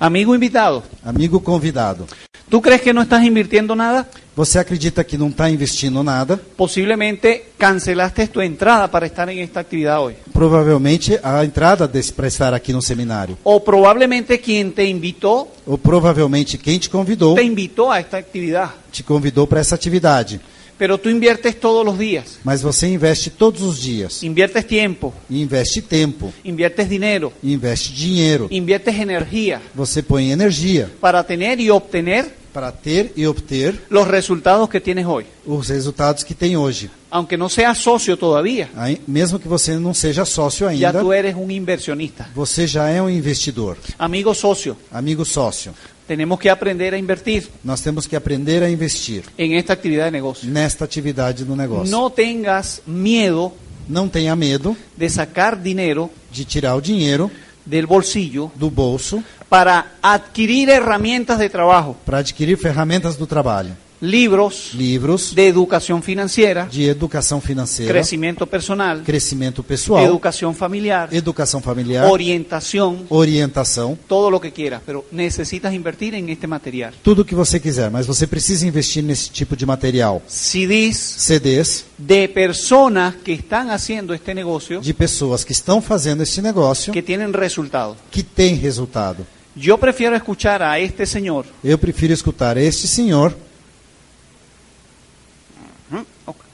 Speaker 3: Amigo invitado,
Speaker 4: Amigo convidado,
Speaker 3: ¿tú crees que no estás invirtiendo nada?
Speaker 4: você acredita que não está investindo nada?
Speaker 3: Posiblemente cancelaste tu entrada para estar en esta actividad hoy.
Speaker 4: Provavelmente a entrada desse para estar aqui no seminário.
Speaker 3: O probablemente quien te invitó,
Speaker 4: Ou provavelmente quem te convidou,
Speaker 3: te invitó a esta actividad.
Speaker 4: te convidou para essa atividade.
Speaker 3: Pero tú inviertes todos los días.
Speaker 4: Mas você investe todos os dias.
Speaker 3: Inviertes tiempo,
Speaker 4: E investe tempo,
Speaker 3: inviertes dinero,
Speaker 4: e investe dinheiro.
Speaker 3: inviertes energía
Speaker 4: Você põe energia
Speaker 3: para tener y obtener
Speaker 4: para ter e obter
Speaker 3: los resultados que tienes hoy.
Speaker 4: os resultados que tem hoje.
Speaker 3: Aunque no seas socio todavía,
Speaker 4: Aí, mesmo que você não seja sócio
Speaker 3: ya
Speaker 4: ainda,
Speaker 3: tú eres un inversionista.
Speaker 4: você já é um investidor,
Speaker 3: Amigo socio,
Speaker 4: amigo sócio.
Speaker 3: tenemos que aprender a invertir
Speaker 4: Nós temos que aprender a investir
Speaker 3: en esta actividad de negocio.
Speaker 4: nesta atividade do negócio.
Speaker 3: No tengas miedo
Speaker 4: Não tenha medo
Speaker 3: de sacar dinero
Speaker 4: de tirar o dinheiro
Speaker 3: del bolsillo
Speaker 4: do bolso
Speaker 3: para adquirir herramientas de trabajo,
Speaker 4: para adquirir ferramentas do trabalho,
Speaker 3: libros
Speaker 4: livros
Speaker 3: de educación financiera,
Speaker 4: de educação financeira,
Speaker 3: crecimiento personal,
Speaker 4: crescimento pessoal,
Speaker 3: educación familiar,
Speaker 4: educação familiar,
Speaker 3: orientación,
Speaker 4: orientação,
Speaker 3: todo lo que quieras, pero necesitas invertir en este material.
Speaker 4: tudo o que você quiser, mas você precisa investir nesse tipo de material.
Speaker 3: CDs
Speaker 4: CDs
Speaker 3: de personas que están haciendo este negocio
Speaker 4: de pessoas que estão fazendo esse negócio
Speaker 3: que tienen resultados.
Speaker 4: que tem resultado.
Speaker 3: Yo prefiero escuchar a este señor,
Speaker 4: Eu prefiro escutar este senhor
Speaker 3: Hmm?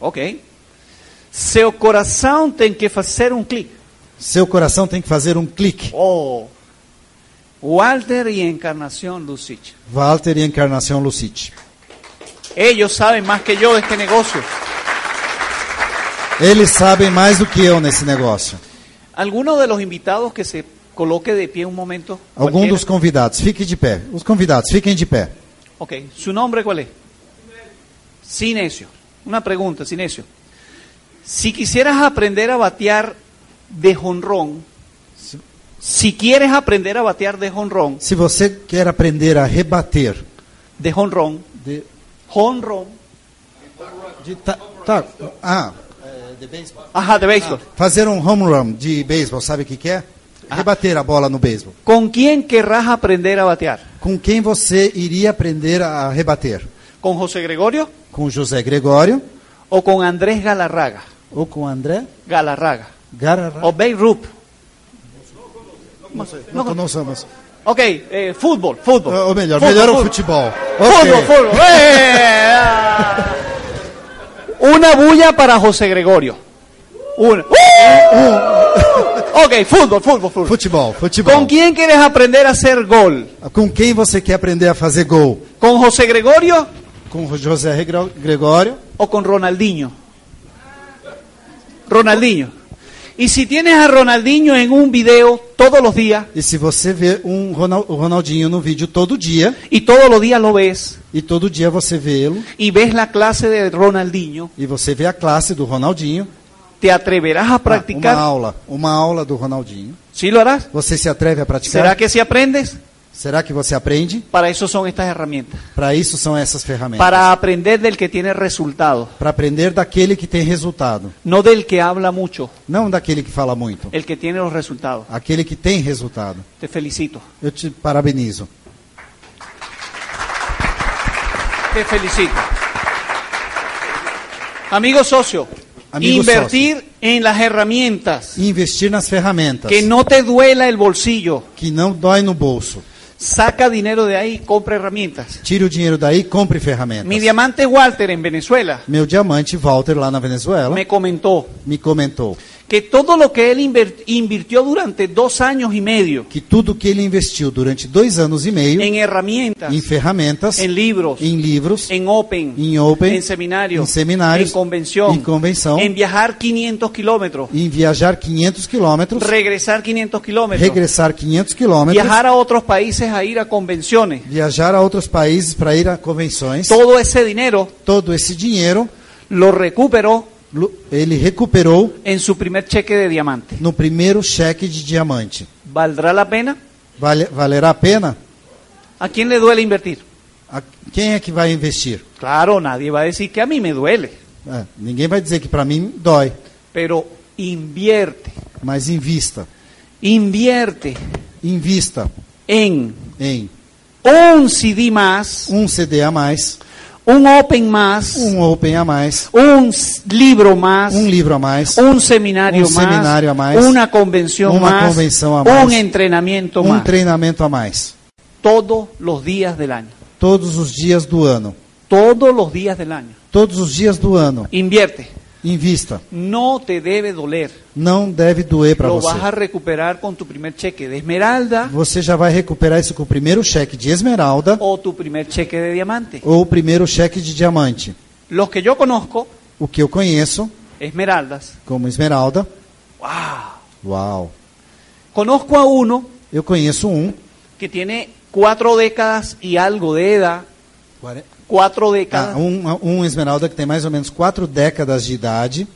Speaker 3: ok, seu coração tem que fazer um clique.
Speaker 4: Seu coração tem que fazer um clique.
Speaker 3: Oh, Walter y Encarnación Lucich.
Speaker 4: Walter e Encarnação Lucite.
Speaker 3: Ellos saben más que yo de este negocio.
Speaker 4: Eles sabem mais do que eu nesse negócio.
Speaker 3: ¿Alguno de los invitados que se coloque de pie un momento?
Speaker 4: Algum dos
Speaker 3: Cualquiera.
Speaker 4: convidados, fique de pé. Os convidados, fiquem de pé.
Speaker 3: Ok, ¿su nombre cuál es? Sinesio. Una pregunta, Sinesio. Si quisieras aprender a batear de jonrón, si quieres aprender a batear de jonrón,
Speaker 4: Se você quer aprender a rebater,
Speaker 3: de jonrón,
Speaker 4: de,
Speaker 3: jonrón,
Speaker 4: de ta- ta- ah,
Speaker 3: ajá, de béisbol.
Speaker 4: fazer um home run de beisebol, sabe o que, que é? Rebater a bola no beisebol.
Speaker 3: ¿Con quién querrás aprender a batear?
Speaker 4: Com quem você iria aprender a rebater?
Speaker 3: ¿Con José Gregorio
Speaker 4: Com José Gregório
Speaker 3: o con Andrés Galarraga?
Speaker 4: ou com André Ah.
Speaker 3: Galarraga.
Speaker 4: Garra
Speaker 3: O Bay Rup. No,
Speaker 4: Não,
Speaker 3: no-
Speaker 4: não somos.
Speaker 3: ok, eh, fútbol, fútbol.
Speaker 4: Ou melhor, melhor é o futebol.
Speaker 3: Fútbol,
Speaker 4: Ok.
Speaker 3: fútbol. ¡Eh! Ah. Una bulla para José Gregorio. Una. ¡Uh! Ok, fútbol, fútbol, fútbol.
Speaker 4: Futebol, futebol.
Speaker 3: ¿Con quién quieres aprender a hacer gol?
Speaker 4: Com quem você quer aprender a fazer gol?
Speaker 3: ¿Con José Gregorio
Speaker 4: Com o José Regre- Gregório?
Speaker 3: o con Ronaldinho? Ronaldinho. Y si tienes a Ronaldinho en un video todos los días
Speaker 4: E se você vê um Ronal- o Ronaldinho no vídeo todo dia,
Speaker 3: y todos los días lo ves
Speaker 4: e todo dia você vê ele,
Speaker 3: y ves la clase de Ronaldinho,
Speaker 4: e você vê a classe do Ronaldinho, Ah,
Speaker 3: ¿te atreverás a
Speaker 4: uma
Speaker 3: practicar?
Speaker 4: aula, uma aula do Ronaldinho,
Speaker 3: ¿Sí lo harás?
Speaker 4: você se atreve a praticar?
Speaker 3: ¿Será que si aprendes?
Speaker 4: Será que você aprende?
Speaker 3: Para eso son estas herramientas.
Speaker 4: Para isso são essas ferramentas.
Speaker 3: Para aprender del que tiene resultado,
Speaker 4: Para aprender daquele que tem resultado,
Speaker 3: no del que habla mucho,
Speaker 4: não daquele que fala muito.
Speaker 3: el que tiene los resultados.
Speaker 4: Aquele que tem resultado.
Speaker 3: Te felicito.
Speaker 4: Eu te parabenizo.
Speaker 3: Te felicito. Amigo socio,
Speaker 4: Amigo
Speaker 3: invertir en las herramientas,
Speaker 4: E investir nas ferramentas,
Speaker 3: que no te duela el bolsillo.
Speaker 4: que não dói no bolso.
Speaker 3: Saca dinero de ahí, compra herramientas.
Speaker 4: Tire o dinheiro daí, compre ferramentas.
Speaker 3: Mi diamante Walter en Venezuela
Speaker 4: Meu diamante Walter lá na Venezuela
Speaker 3: me comentó
Speaker 4: me comentou
Speaker 3: que todo lo que él inver- invirtió durante dos años y medio
Speaker 4: que tudo que ele investiu durante dois anos e meio
Speaker 3: en herramientas,
Speaker 4: em ferramentas,
Speaker 3: en libros,
Speaker 4: em livros,
Speaker 3: en Open,
Speaker 4: Em Open,
Speaker 3: en seminarios,
Speaker 4: em seminários,
Speaker 3: en convención,
Speaker 4: em convenção.
Speaker 3: en viajar 500 kilómetros,
Speaker 4: em viajar 500 quilômetros,
Speaker 3: regresar 500 kilómetros,
Speaker 4: regressar 500 quilômetros,
Speaker 3: viajar a otros países a ir a convenciones.
Speaker 4: viajar a outros países para ir a convenções.
Speaker 3: Todo ese dinero
Speaker 4: Todo esse dinheiro
Speaker 3: lo recuperó
Speaker 4: lu- ele recuperou
Speaker 3: en su primer cheque de diamante.
Speaker 4: no primeiro cheque de diamante.
Speaker 3: ¿Valdrá la pena?
Speaker 4: Vale, valerá a pena?
Speaker 3: ¿A quién le duele invertir?
Speaker 4: A- quem é que vai investir?
Speaker 3: Claro, nadie va a decir que a mí me duele,
Speaker 4: É, ninguém vai dizer que para mim dói,
Speaker 3: pero invierte,
Speaker 4: mas invista.
Speaker 3: invierte
Speaker 4: Invista
Speaker 3: en
Speaker 4: em
Speaker 3: un CD más,
Speaker 4: um CD a mais,
Speaker 3: un Open más,
Speaker 4: um Open a mais,
Speaker 3: un s- libro más,
Speaker 4: um livro a mais,
Speaker 3: un seminario
Speaker 4: Un
Speaker 3: más,
Speaker 4: seminario más,
Speaker 3: una convención
Speaker 4: una
Speaker 3: más,
Speaker 4: convención más,
Speaker 3: un entrenamiento
Speaker 4: um
Speaker 3: más,
Speaker 4: treinamento a mais.
Speaker 3: todos los días del año,
Speaker 4: Todos os dias do ano.
Speaker 3: todos los días del año.
Speaker 4: Todos os dias do ano.
Speaker 3: Invierte,
Speaker 4: Invista.
Speaker 3: no te debe doler,
Speaker 4: Não deve doer para
Speaker 3: lo vas a
Speaker 4: você.
Speaker 3: recuperar con tu primer cheque de esmeralda
Speaker 4: Você já vai recuperar isso com o primeiro cheque de esmeralda
Speaker 3: o tu primer cheque de diamante.
Speaker 4: ou o primeiro cheque de diamante.
Speaker 3: Los que yo conozco,
Speaker 4: O que eu conheço
Speaker 3: esmeraldas,
Speaker 4: como esmeralda.
Speaker 3: ¡wow!
Speaker 4: Uau!
Speaker 3: Conozco a uno
Speaker 4: Eu conheço um.
Speaker 3: que tiene cuatro décadas y algo de edad, cuatro décadas,
Speaker 4: Ah, um, um esmeralda que tem mais ou menos quatro décadas de idade.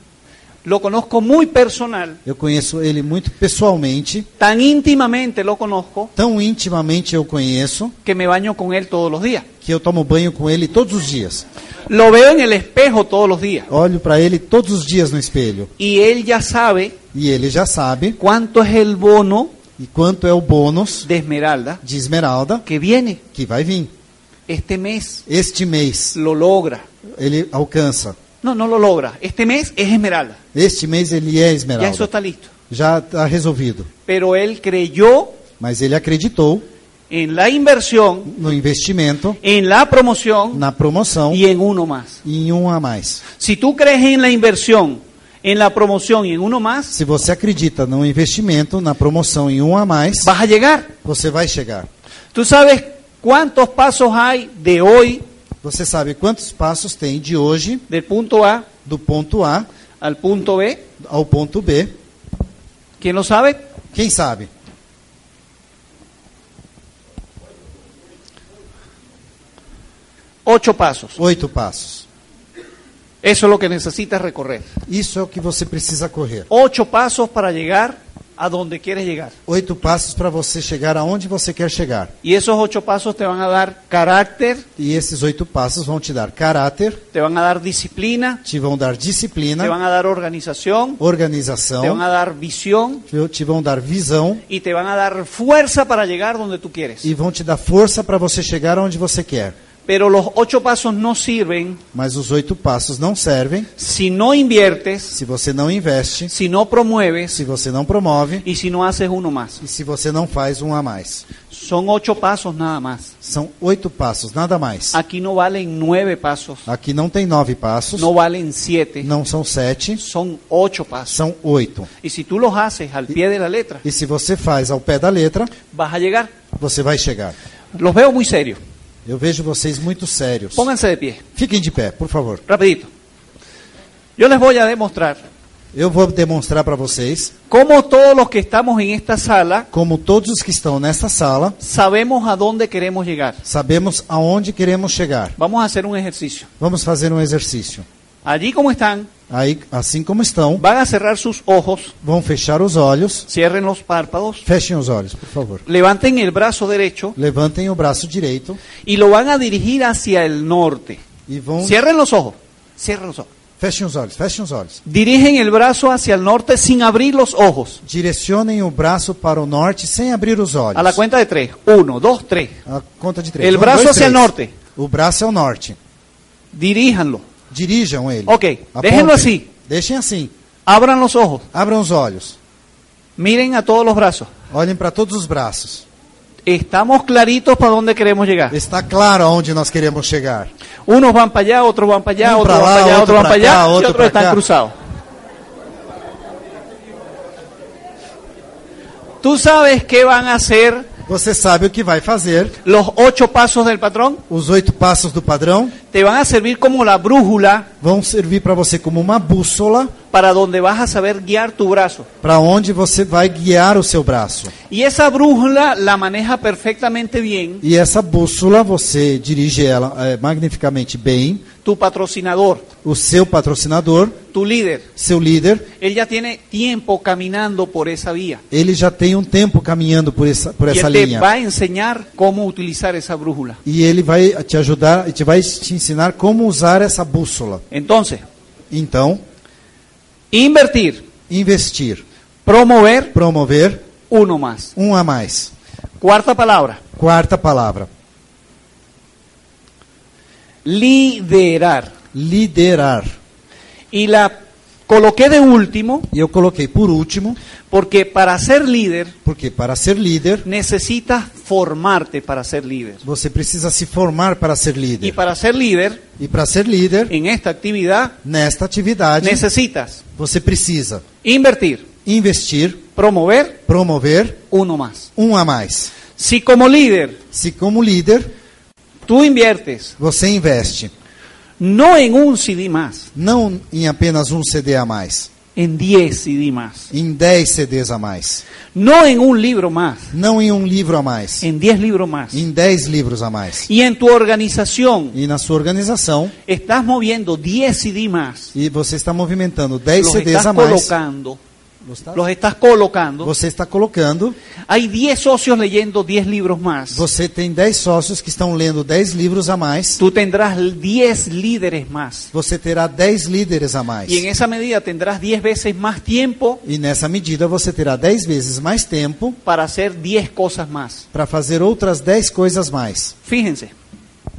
Speaker 3: lo conozco muy personal,
Speaker 4: Eu conheço ele muito pessoalmente.
Speaker 3: tan íntimamente lo conozco
Speaker 4: Tão intimamente eu conheço
Speaker 3: que me baño con él todos los días.
Speaker 4: que eu tomo banho com ele todos os dias.
Speaker 3: Lo veo en el espejo todos los días
Speaker 4: Olho para ele todos os dias no espelho.
Speaker 3: y él ya sabe
Speaker 4: E ele já sabe
Speaker 3: cuánto es el bono
Speaker 4: e quanto é o bônus
Speaker 3: de esmeralda
Speaker 4: de esmeralda
Speaker 3: que viene
Speaker 4: que vai vir.
Speaker 3: este mes.
Speaker 4: Este mês
Speaker 3: Lo logra.
Speaker 4: ele alcança.
Speaker 3: No, no lo logra. Este mes es esmeralda.
Speaker 4: Este mês ele é
Speaker 3: Ya eso
Speaker 4: esmeralda.
Speaker 3: está listo.
Speaker 4: Já está resolvido.
Speaker 3: Pero él creyó
Speaker 4: Mas ele acreditou
Speaker 3: en la inversión
Speaker 4: no investimento,
Speaker 3: en la promoción
Speaker 4: na promoção
Speaker 3: y en uno más.
Speaker 4: e em um a mais.
Speaker 3: Si tú crees en la inversión, en la promoción y en uno más,
Speaker 4: Se você acredita no investimento, na promoção em um a mais,
Speaker 3: vas a llegar.
Speaker 4: você vai chegar.
Speaker 3: Tú sabes cuántos pasos hay de hoy,
Speaker 4: Você sabe quantos passos tem de hoje,
Speaker 3: del punto A
Speaker 4: do ponto A
Speaker 3: al punto B.
Speaker 4: ao ponto B.
Speaker 3: ¿Quién lo sabe?
Speaker 4: Quem sabe?
Speaker 3: Ocho pasos.
Speaker 4: Oito passos.
Speaker 3: Eso es lo que necesitas recorrer.
Speaker 4: Isso é o que você precisa correr.
Speaker 3: Ocho pasos para llegar a donde quieres llegar.
Speaker 4: Oito passos para você chegar aonde você quer chegar.
Speaker 3: Y esos ocho pasos te van a dar carácter,
Speaker 4: E esses oito passos vão te dar caráter,
Speaker 3: te van a dar disciplina,
Speaker 4: te vão dar
Speaker 3: te van
Speaker 4: disciplina,
Speaker 3: a dar organización,
Speaker 4: organização,
Speaker 3: te van a dar visión
Speaker 4: te- te vão dar visão
Speaker 3: y te van a dar fuerza para llegar donde tú quieres.
Speaker 4: e vão te dar força para você chegar aonde você quer.
Speaker 3: Pero los ocho pasos no sirven
Speaker 4: Mas os oito passos não servem
Speaker 3: si no inviertes,
Speaker 4: se você não investe,
Speaker 3: si no promueves
Speaker 4: se você não promove
Speaker 3: y si no haces uno más.
Speaker 4: e se você não faz um a mais.
Speaker 3: Son ocho pasos nada más.
Speaker 4: São oito passos, nada mais.
Speaker 3: Aquí no valen nueve pasos,
Speaker 4: Aqui não tem nove passos,
Speaker 3: no valen siete,
Speaker 4: não são sete,
Speaker 3: son ocho pasos.
Speaker 4: são oito.
Speaker 3: Y si tú los haces al pie de la letra,
Speaker 4: E se você faz ao pé da letra,
Speaker 3: vas a llegar.
Speaker 4: você vai chegar.
Speaker 3: Los veo muy serios.
Speaker 4: Eu vejo vocês muito sérios.
Speaker 3: Pónganse de pie,
Speaker 4: Fiquem de pé, por favor.
Speaker 3: rapidito. Yo les voy a demostrar
Speaker 4: Eu vou demonstrar para vocês
Speaker 3: cómo todos los que estamos en esta sala
Speaker 4: como todos os que estão nesta sala
Speaker 3: sabemos a dónde queremos llegar.
Speaker 4: sabemos aonde queremos chegar.
Speaker 3: Vamos a hacer un ejercicio.
Speaker 4: Vamos fazer um exercício.
Speaker 3: Allí como están,
Speaker 4: Aí, assim como estão,
Speaker 3: van a cerrar sus ojos,
Speaker 4: vão fechar os olhos.
Speaker 3: cierren los párpados,
Speaker 4: Fechem os olhos, por favor.
Speaker 3: levanten el brazo derecho
Speaker 4: Levantem o braço direito
Speaker 3: y lo van a dirigir hacia el norte.
Speaker 4: e vão.
Speaker 3: Cierren los ojos, cierren los ojos.
Speaker 4: Fechem os olhos, fechem os olhos.
Speaker 3: Dirigen el brazo hacia el norte sin abrir los ojos.
Speaker 4: Direcionem o braço para o norte sem abrir os olhos.
Speaker 3: A la cuenta de tres. Uno, dos, tres.
Speaker 4: A conta de três. Um,
Speaker 3: El braço
Speaker 4: dois,
Speaker 3: hacia
Speaker 4: três.
Speaker 3: o norte.
Speaker 4: O braço é o norte.
Speaker 3: Diríjanlo.
Speaker 4: Dirijam ele.
Speaker 3: Ok,
Speaker 4: Apontem.
Speaker 3: déjenlo assim.
Speaker 4: Deixem assim.
Speaker 3: Abran los ojos.
Speaker 4: Abram os olhos.
Speaker 3: Miren a todos los brazos.
Speaker 4: Olhem para todos os braços.
Speaker 3: Estamos claritos para dónde queremos llegar.
Speaker 4: Está claro aonde nós queremos chegar.
Speaker 3: Unos van para allá, otros van para allá,
Speaker 4: Un
Speaker 3: otros
Speaker 4: para
Speaker 3: van
Speaker 4: lá,
Speaker 3: para allá,
Speaker 4: otro
Speaker 3: otros van
Speaker 4: para
Speaker 3: para allá,
Speaker 4: acá,
Speaker 3: y
Speaker 4: otro
Speaker 3: otros
Speaker 4: para
Speaker 3: están
Speaker 4: acá.
Speaker 3: cruzados. ¿Tú sabes qué van a hacer
Speaker 4: Você sabe o que vai fazer.
Speaker 3: los ocho pasos del patrón?
Speaker 4: Os oito passos do padrão
Speaker 3: Te van a servir como la brújula
Speaker 4: vão servir para você como uma bússola
Speaker 3: para donde vas a saber guiar tu brazo.
Speaker 4: para onde você vai guiar o seu braço.
Speaker 3: Y esa brújula la maneja perfectamente bien
Speaker 4: E essa bússola você dirige ela eh, magnificamente bem.
Speaker 3: tu patrocinador,
Speaker 4: O seu patrocinador,
Speaker 3: tu líder.
Speaker 4: seu líder,
Speaker 3: Él ya tiene tiempo caminando por esa vía.
Speaker 4: ele já tem um tempo caminhando por essa, por
Speaker 3: Y
Speaker 4: essa
Speaker 3: él te
Speaker 4: linha.
Speaker 3: va a enseñar cómo utilizar esa brújula.
Speaker 4: E ele vai te ajudar, te vai te ensinar como usar essa bússola.
Speaker 3: Entonces,
Speaker 4: Então,
Speaker 3: invertir,
Speaker 4: investir,
Speaker 3: promover
Speaker 4: promover,
Speaker 3: uno más.
Speaker 4: um a mais.
Speaker 3: Cuarta palabra,
Speaker 4: Quarta palavra,
Speaker 3: liderar.
Speaker 4: liderar.
Speaker 3: Y la coloqué de último
Speaker 4: E eu coloquei por último,
Speaker 3: porque para ser líder
Speaker 4: porque para ser líder,
Speaker 3: necesitas formarte para ser líder.
Speaker 4: você precisa se formar para ser
Speaker 3: Y
Speaker 4: líder.
Speaker 3: para ser líder
Speaker 4: E para ser líder,
Speaker 3: en esta actividad
Speaker 4: nesta atividade,
Speaker 3: necesitas
Speaker 4: você precisa
Speaker 3: invertir,
Speaker 4: investir,
Speaker 3: promover
Speaker 4: promover
Speaker 3: uno más.
Speaker 4: um a mais.
Speaker 3: Si como líder
Speaker 4: Se como líder,
Speaker 3: tú inviertes
Speaker 4: você investe
Speaker 3: no en un CD más,
Speaker 4: não em apenas um CD a mais,
Speaker 3: en 10 CD más,
Speaker 4: em 10 CDs a mais.
Speaker 3: no en un libro más,
Speaker 4: Não em um livro a mais,
Speaker 3: en 10 libros más.
Speaker 4: em 10 livros a mais.
Speaker 3: Y en tu organización
Speaker 4: E na sua organização,
Speaker 3: estás moviendo 10 CD más.
Speaker 4: e você está movimentando 10
Speaker 3: Los
Speaker 4: CDs a
Speaker 3: estás
Speaker 4: mais,
Speaker 3: colocando.
Speaker 4: Gustavo?
Speaker 3: Los estás colocando.
Speaker 4: você está colocando,
Speaker 3: Hay 10 socios leyendo 10 libros más.
Speaker 4: você tem 10 sócios que estão lendo 10 livros a mais,
Speaker 3: Tú tendrás 10 líderes más.
Speaker 4: você terá 10 líderes a mais.
Speaker 3: Y en esa medida tendrás 10 veces más tiempo
Speaker 4: E nessa medida você terá 10 vezes mais tempo
Speaker 3: para hacer 10 cosas más.
Speaker 4: para fazer outras 10 coisas mais.
Speaker 3: Fíjense,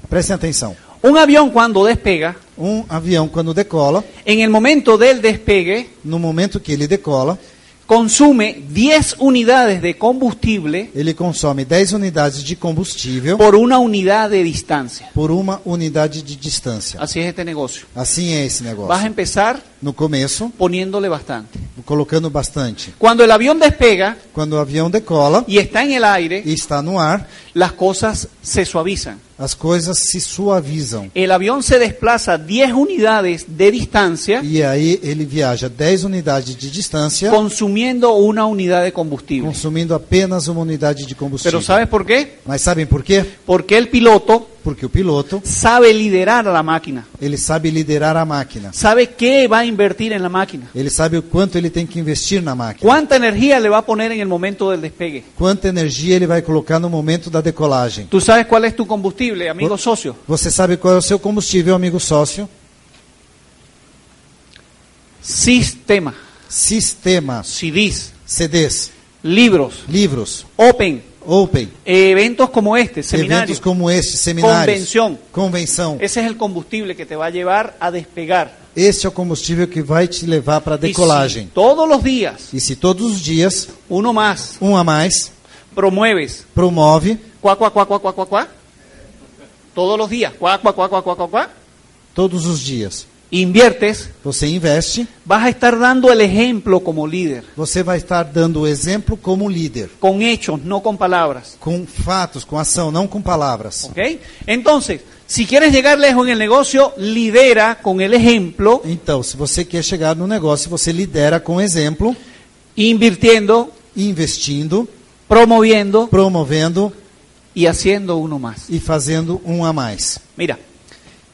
Speaker 4: Prestem atenção.
Speaker 3: un avión cuando despega,
Speaker 4: Um avião, quando decola,
Speaker 3: en el momento del despegue,
Speaker 4: no momento que ele decola,
Speaker 3: consume 10 unidades de combustible
Speaker 4: ele consome 10 unidades de combustível
Speaker 3: por una unidad de distancia.
Speaker 4: por uma unidade de distância.
Speaker 3: Así es este negocio.
Speaker 4: Assim é esse
Speaker 3: Vas a
Speaker 4: negócio.
Speaker 3: empezar
Speaker 4: No começo,
Speaker 3: poniéndole bastante.
Speaker 4: colocando bastante.
Speaker 3: Cuando el avión despega
Speaker 4: Quando o avião decola
Speaker 3: y está en el aire,
Speaker 4: e está no ar,
Speaker 3: las cosas se suavizan.
Speaker 4: as coisas se suavizam.
Speaker 3: El avión se desplaza 10 unidades de distancia
Speaker 4: E aí ele viaja 10 unidades de distância,
Speaker 3: consumiendo una unidad de combustible.
Speaker 4: consumindo apenas uma unidade de combustível.
Speaker 3: Pero ¿sabes por quê?
Speaker 4: Mas sabem por quê?
Speaker 3: Porque el piloto
Speaker 4: Porque o piloto,
Speaker 3: sabe liderar a la máquina,
Speaker 4: ele sabe liderar a máquina.
Speaker 3: sabe qué va a invertir en la máquina,
Speaker 4: Ele sabe o quanto ele tem que investir na máquina.
Speaker 3: cuánta energía le va a poner en el momento del despegue.
Speaker 4: Quanta energia ele vai colocar no momento da decolagem?
Speaker 3: ¿Tú sabes cuál es tu combustible, amigo
Speaker 4: Por-
Speaker 3: socio?
Speaker 4: Você sabe qual é o seu combustível, amigo sócio?
Speaker 3: Sistema,
Speaker 4: Sistemas,
Speaker 3: CDs,
Speaker 4: CDs,
Speaker 3: libros,
Speaker 4: livros,
Speaker 3: Open,
Speaker 4: Open.
Speaker 3: Eventos como este, seminarios.
Speaker 4: Eventos como este, seminários.
Speaker 3: Convenção.
Speaker 4: Convenção.
Speaker 3: Ese es el combustible que te va a llevar a despegar.
Speaker 4: Este é o combustível que vai te levar para a
Speaker 3: Y si
Speaker 4: decolagem.
Speaker 3: todos los días,
Speaker 4: E se todos os dias,
Speaker 3: uno más,
Speaker 4: um a mais,
Speaker 3: promueves.
Speaker 4: promove
Speaker 3: Cuá, cuá, cuá, cuá, cuá, cuá, cuá. Todos los días. Cuá, cuá, cuá, cuá, cuá, cuá, cuá.
Speaker 4: todos os dias.
Speaker 3: Inviertes.
Speaker 4: Você investe,
Speaker 3: Vas a estar dando el ejemplo como líder.
Speaker 4: você vai estar dando o exemplo como líder.
Speaker 3: Con hechos, no con palabras.
Speaker 4: Com fatos, com ação, não com palavras.
Speaker 3: ¿Ok? Entonces, si quieres llegar lejos en el negocio, lidera con el ejemplo,
Speaker 4: Então, se você quer chegar no negócio, você lidera com exemplo,
Speaker 3: invirtiendo,
Speaker 4: investindo,
Speaker 3: promoviendo
Speaker 4: promovendo
Speaker 3: y haciendo uno más.
Speaker 4: e fazendo um a mais.
Speaker 3: Mira,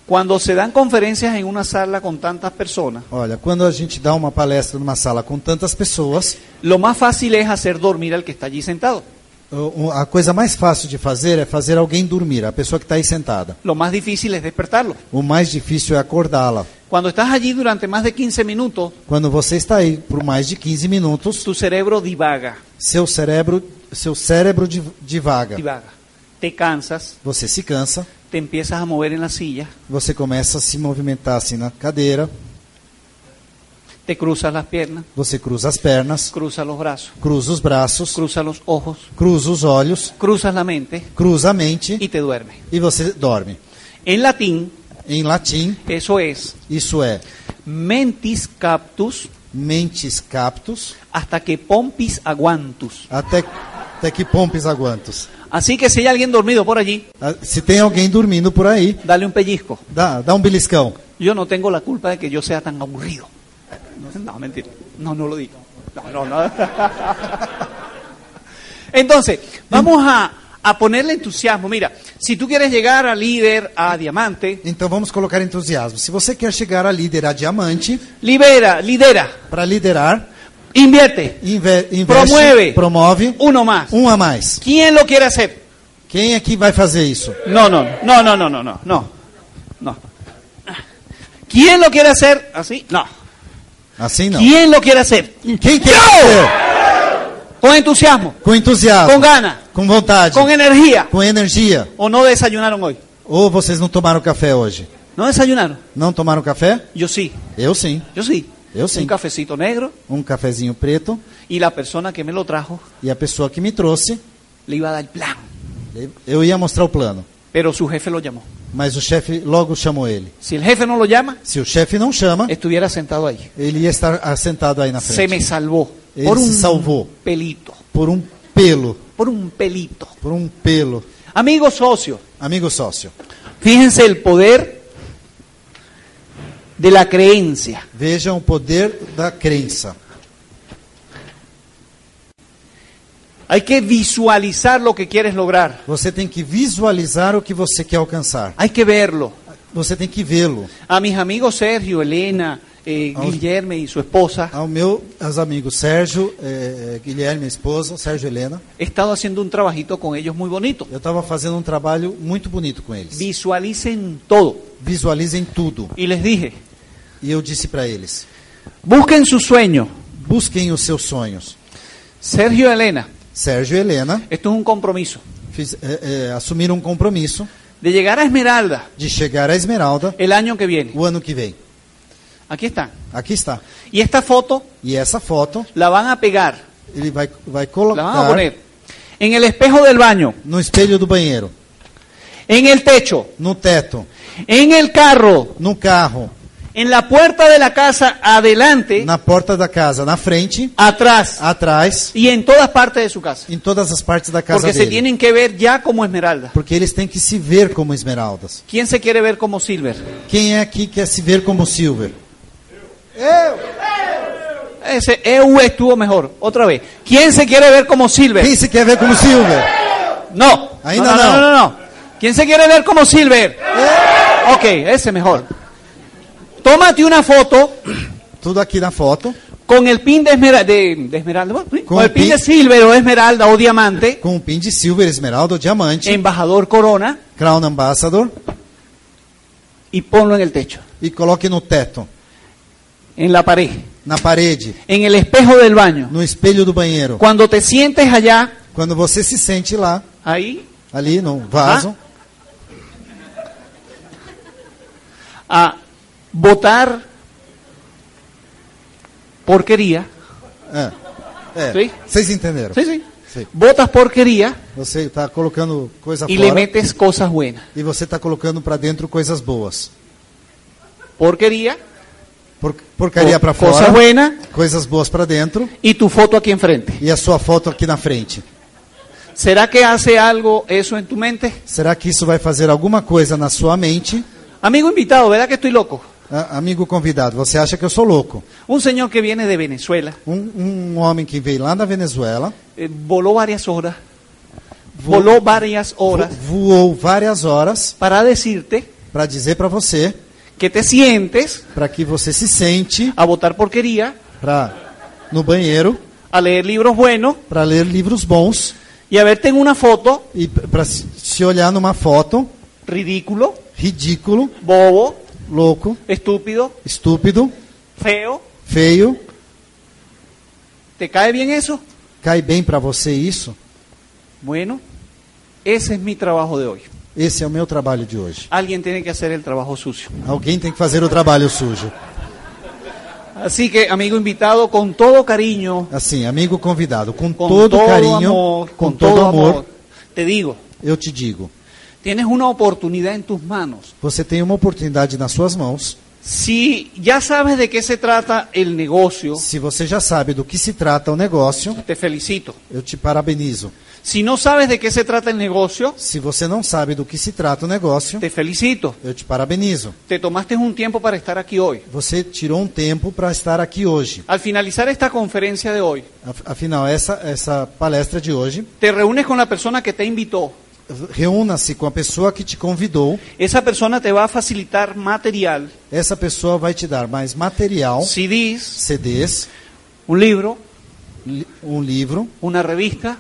Speaker 3: cuando se dan conferencias en una sala con tantas personas,
Speaker 4: Olha, quando a gente dá uma palestra numa sala com tantas pessoas,
Speaker 3: lo más fácil es hacer dormir al que está allí sentado.
Speaker 4: o- o- a coisa mais fácil de fazer é fazer alguém dormir, a pessoa que está aí sentada.
Speaker 3: Lo más difícil es despertarlo.
Speaker 4: O mais difícil é acordá-la.
Speaker 3: Cuando estás allí durante más de 15 minutos,
Speaker 4: Quando você está aí por mais de 15 minutos,
Speaker 3: tu cerebro divaga,
Speaker 4: seu cérebro, seu cérebro div- divaga.
Speaker 3: divaga. Te cansas,
Speaker 4: Você se cansa,
Speaker 3: te empiezas a mover en la silla,
Speaker 4: você começa a se movimentar assim na cadeira,
Speaker 3: te cruzas las piernas,
Speaker 4: você cruza as pernas,
Speaker 3: cruzas los brazos,
Speaker 4: cruza os braços,
Speaker 3: cruzas los ojos,
Speaker 4: cruza os olhos,
Speaker 3: cruzas la mente
Speaker 4: cruza a mente
Speaker 3: y te duermes.
Speaker 4: e você dorme.
Speaker 3: En latín,
Speaker 4: Em latim,
Speaker 3: eso es
Speaker 4: isso é
Speaker 3: mentis captus
Speaker 4: mentes captus
Speaker 3: hasta que pompis aguantus.
Speaker 4: até, até que pompes aguantos.
Speaker 3: Así que si hay alguien dormido por allí,
Speaker 4: Ah, Se tem alguém dormindo por aí,
Speaker 3: dale un pellizco.
Speaker 4: dá, dá um beliscão.
Speaker 3: Yo no tengo la culpa de que yo sea tan aburrido. No, mentira. No, no lo digo. No, no, no. Entonces, vamos a, a ponerle entusiasmo. Mira, si tú quieres llegar a líder, a diamante,
Speaker 4: Então vamos colocar entusiasmo. Se você quer chegar a líder, a diamante,
Speaker 3: libera, lidera,
Speaker 4: para liderar,
Speaker 3: invierte,
Speaker 4: inve- investe,
Speaker 3: Promove.
Speaker 4: promove
Speaker 3: uno más.
Speaker 4: um a mais.
Speaker 3: ¿Quién lo quiere hacer?
Speaker 4: Quem é que vai fazer isso?
Speaker 3: No, no, no, no, no, no, no, no, no. ¿Quién lo quiere hacer? Así, no.
Speaker 4: Assim não.
Speaker 3: ¿Quién lo quiere hacer?
Speaker 4: Quem quer
Speaker 3: Yo!
Speaker 4: fazer?
Speaker 3: Con entusiasmo,
Speaker 4: Com entusiasmo.
Speaker 3: con ganas,
Speaker 4: Com vontade.
Speaker 3: con energía.
Speaker 4: Com energia.
Speaker 3: ¿O no desayunaron hoy?
Speaker 4: Ou vocês não tomaram café hoje?
Speaker 3: ¿No desayunaron?
Speaker 4: Não tomaram café?
Speaker 3: Yo sí,
Speaker 4: Eu sim.
Speaker 3: yo sí.
Speaker 4: Yo sí.
Speaker 3: Un cafecito negro
Speaker 4: Um cafezinho preto
Speaker 3: y la persona que me lo trajo
Speaker 4: e a pessoa que me trouxe,
Speaker 3: le iba a dar el plan.
Speaker 4: eu ia mostrar o plano.
Speaker 3: Pero su jefe lo llamó.
Speaker 4: Mas o chefe logo chamou ele.
Speaker 3: Si el jefe no lo llama,
Speaker 4: Se o chefe não chama,
Speaker 3: estuviera sentado ahí.
Speaker 4: ele ia estar assentado aí na
Speaker 3: Se me
Speaker 4: frente.
Speaker 3: salvó
Speaker 4: Él
Speaker 3: por
Speaker 4: se
Speaker 3: un
Speaker 4: salvó.
Speaker 3: pelito,
Speaker 4: Por um pelo.
Speaker 3: por un pelito.
Speaker 4: Por um pelo.
Speaker 3: Amigo socio,
Speaker 4: Amigo sócio,
Speaker 3: Fíjense el poder de la creencia.
Speaker 4: vejam o poder da crença.
Speaker 3: Hay que visualizar lo que quieres lograr.
Speaker 4: Você tem que visualizar o que você quer alcançar.
Speaker 3: Hay que verlo.
Speaker 4: Você tem que vê-lo.
Speaker 3: A mis amigos Sergio, Elena, eh,
Speaker 4: Aos-
Speaker 3: Guillermo y su esposa,
Speaker 4: Ao Ah, meu, aos amigos Sérgio, eh, Guilherme, minha esposa, Sérgio e Helena,
Speaker 3: he estado haciendo un trabajito con ellos muy bonito.
Speaker 4: eu estava fazendo um trabalho muito bonito com eles.
Speaker 3: Visualicen todo.
Speaker 4: Visualizem tudo.
Speaker 3: Y les dije,
Speaker 4: E eu disse para eles:
Speaker 3: busquen su sueño.
Speaker 4: busquem os seus sonhos.
Speaker 3: Sergio, Elena,
Speaker 4: Sérgio e Helena
Speaker 3: esto es un compromiso.
Speaker 4: fiz, eh, eh, assumiram um compromisso
Speaker 3: De llegar a Esmeralda
Speaker 4: de chegar à Esmeralda
Speaker 3: el año que viene.
Speaker 4: o ano que vem.
Speaker 3: Aquí están.
Speaker 4: Aqui está.
Speaker 3: Y esta foto
Speaker 4: E essa foto
Speaker 3: la van a pegar,
Speaker 4: ele vai, vai
Speaker 3: la van a
Speaker 4: colocar
Speaker 3: poner en el espejo del baño,
Speaker 4: no espelho do banheiro,
Speaker 3: en el techo,
Speaker 4: no teto,
Speaker 3: en el carro,
Speaker 4: no carro,
Speaker 3: en la puerta de la casa, adelante,
Speaker 4: na porta da casa, na frente,
Speaker 3: atrás
Speaker 4: Ah. atrás,
Speaker 3: y en todas partes de su casa.
Speaker 4: em todas as partes da casa
Speaker 3: Porque se
Speaker 4: dele.
Speaker 3: tienen que ver ya como Esmeralda.
Speaker 4: Porque eles têm que se ver como esmeraldas.
Speaker 3: ¿Quién se quiere ver como Silver?
Speaker 4: Quem é aqui que quer se ver como silver?
Speaker 3: Ese EU estuvo mejor. Otra vez. ¿Quién se quiere ver como Silver?
Speaker 4: Quem se quer ver como silver?
Speaker 3: No.
Speaker 4: Ahí
Speaker 3: no,
Speaker 4: no,
Speaker 3: no, no,
Speaker 4: no.
Speaker 3: no, no. ¿Quién se quiere ver como Silver?
Speaker 4: Eh.
Speaker 3: Ok, ese mejor. Tómate una foto
Speaker 4: Tudo aqui na foto,
Speaker 3: con el pin de Esmeralda, de, de esmeralda bueno, sí,
Speaker 4: Con
Speaker 3: con el
Speaker 4: pin.
Speaker 3: pin de Silver o Esmeralda o Diamante,
Speaker 4: com o pin de silver, esmeralda ou diamante,
Speaker 3: embajador Corona,
Speaker 4: crown ambassador,
Speaker 3: y ponlo en el techo.
Speaker 4: e coloque no teto,
Speaker 3: en la pared,
Speaker 4: na parede,
Speaker 3: en el espejo del baño.
Speaker 4: no espelho do banheiro.
Speaker 3: Cuando te sientes allá,
Speaker 4: Quando você se sente lá,
Speaker 3: ahí,
Speaker 4: ali num vaso,
Speaker 3: a botar porquería.
Speaker 4: é, é.
Speaker 3: Sí.
Speaker 4: vocês entenderam?
Speaker 3: Sí, sí.
Speaker 4: Sí.
Speaker 3: Botas porquería
Speaker 4: Você está colocando coisa
Speaker 3: y le
Speaker 4: fora
Speaker 3: metes cosas buenas.
Speaker 4: e você está colocando para dentro coisas boas.
Speaker 3: Porquería,
Speaker 4: Por, porcaria
Speaker 3: co-
Speaker 4: para
Speaker 3: cosa
Speaker 4: fora,
Speaker 3: buena
Speaker 4: coisas boas para dentro
Speaker 3: y tu foto aquí enfrente.
Speaker 4: e a sua foto aqui na frente.
Speaker 3: ¿Será que hace algo eso en tu mente?
Speaker 4: Será que isso vai fazer alguma coisa na sua mente?
Speaker 3: Amigo invitado, ¿verdad que estoy loco?
Speaker 4: A- amigo convidado, você acha que eu sou louco?
Speaker 3: Un señor que viene de Venezuela,
Speaker 4: Um, um homem que veio lá da Venezuela,
Speaker 3: eh, voló varias horas,
Speaker 4: Vo-
Speaker 3: voló varias horas
Speaker 4: vo- voou várias horas
Speaker 3: para decirte
Speaker 4: para dizer para você,
Speaker 3: que te sientes
Speaker 4: para que você se sente
Speaker 3: a botar porquería,
Speaker 4: pra, no banheiro
Speaker 3: a leer libros buenos
Speaker 4: para ler livros bons
Speaker 3: y a verte en una foto
Speaker 4: e para se olhar numa foto
Speaker 3: ridículo,
Speaker 4: ridículo,
Speaker 3: bobo,
Speaker 4: louco,
Speaker 3: estúpido,
Speaker 4: estúpido,
Speaker 3: feo.
Speaker 4: feio.
Speaker 3: ¿Te cae bien eso?
Speaker 4: Cai bem para você isso?
Speaker 3: Bueno, ese es mi trabajo de hoy.
Speaker 4: Esse é o meu trabalho de hoje.
Speaker 3: Alguien tiene que hacer el trabajo sucio.
Speaker 4: Alguém tem que fazer o trabalho sujo.
Speaker 3: Así que, amigo invitado, con todo cariño,
Speaker 4: Assim, amigo convidado, com,
Speaker 3: con
Speaker 4: todo,
Speaker 3: todo
Speaker 4: carinho,
Speaker 3: amor,
Speaker 4: com, todo, amor,
Speaker 3: te digo,
Speaker 4: eu te digo,
Speaker 3: tienes una oportunidad en tus manos.
Speaker 4: você tem uma oportunidade nas suas mãos.
Speaker 3: Si ya sabes de qué se trata el negocio,
Speaker 4: Se você já sabe do que se trata o negócio,
Speaker 3: te felicito.
Speaker 4: eu te parabenizo.
Speaker 3: Si no sabes de qué se trata el negocio,
Speaker 4: Se você não sabe do que se trata o negócio,
Speaker 3: te felicito.
Speaker 4: eu te parabenizo.
Speaker 3: Te tomaste un tiempo para estar aquí hoy.
Speaker 4: Você tirou um tempo para estar aqui hoje.
Speaker 3: Al finalizar esta conferencia de hoy,
Speaker 4: Af- Afinal, essa, essa palestra de hoje,
Speaker 3: te reúnes con la persona que te invitó.
Speaker 4: reúna-se com a pessoa que te convidou.
Speaker 3: Esa persona te va a facilitar material,
Speaker 4: Essa pessoa vai te dar mais material,
Speaker 3: CDs,
Speaker 4: CDs,
Speaker 3: un libro,
Speaker 4: li- um livro,
Speaker 3: una revista,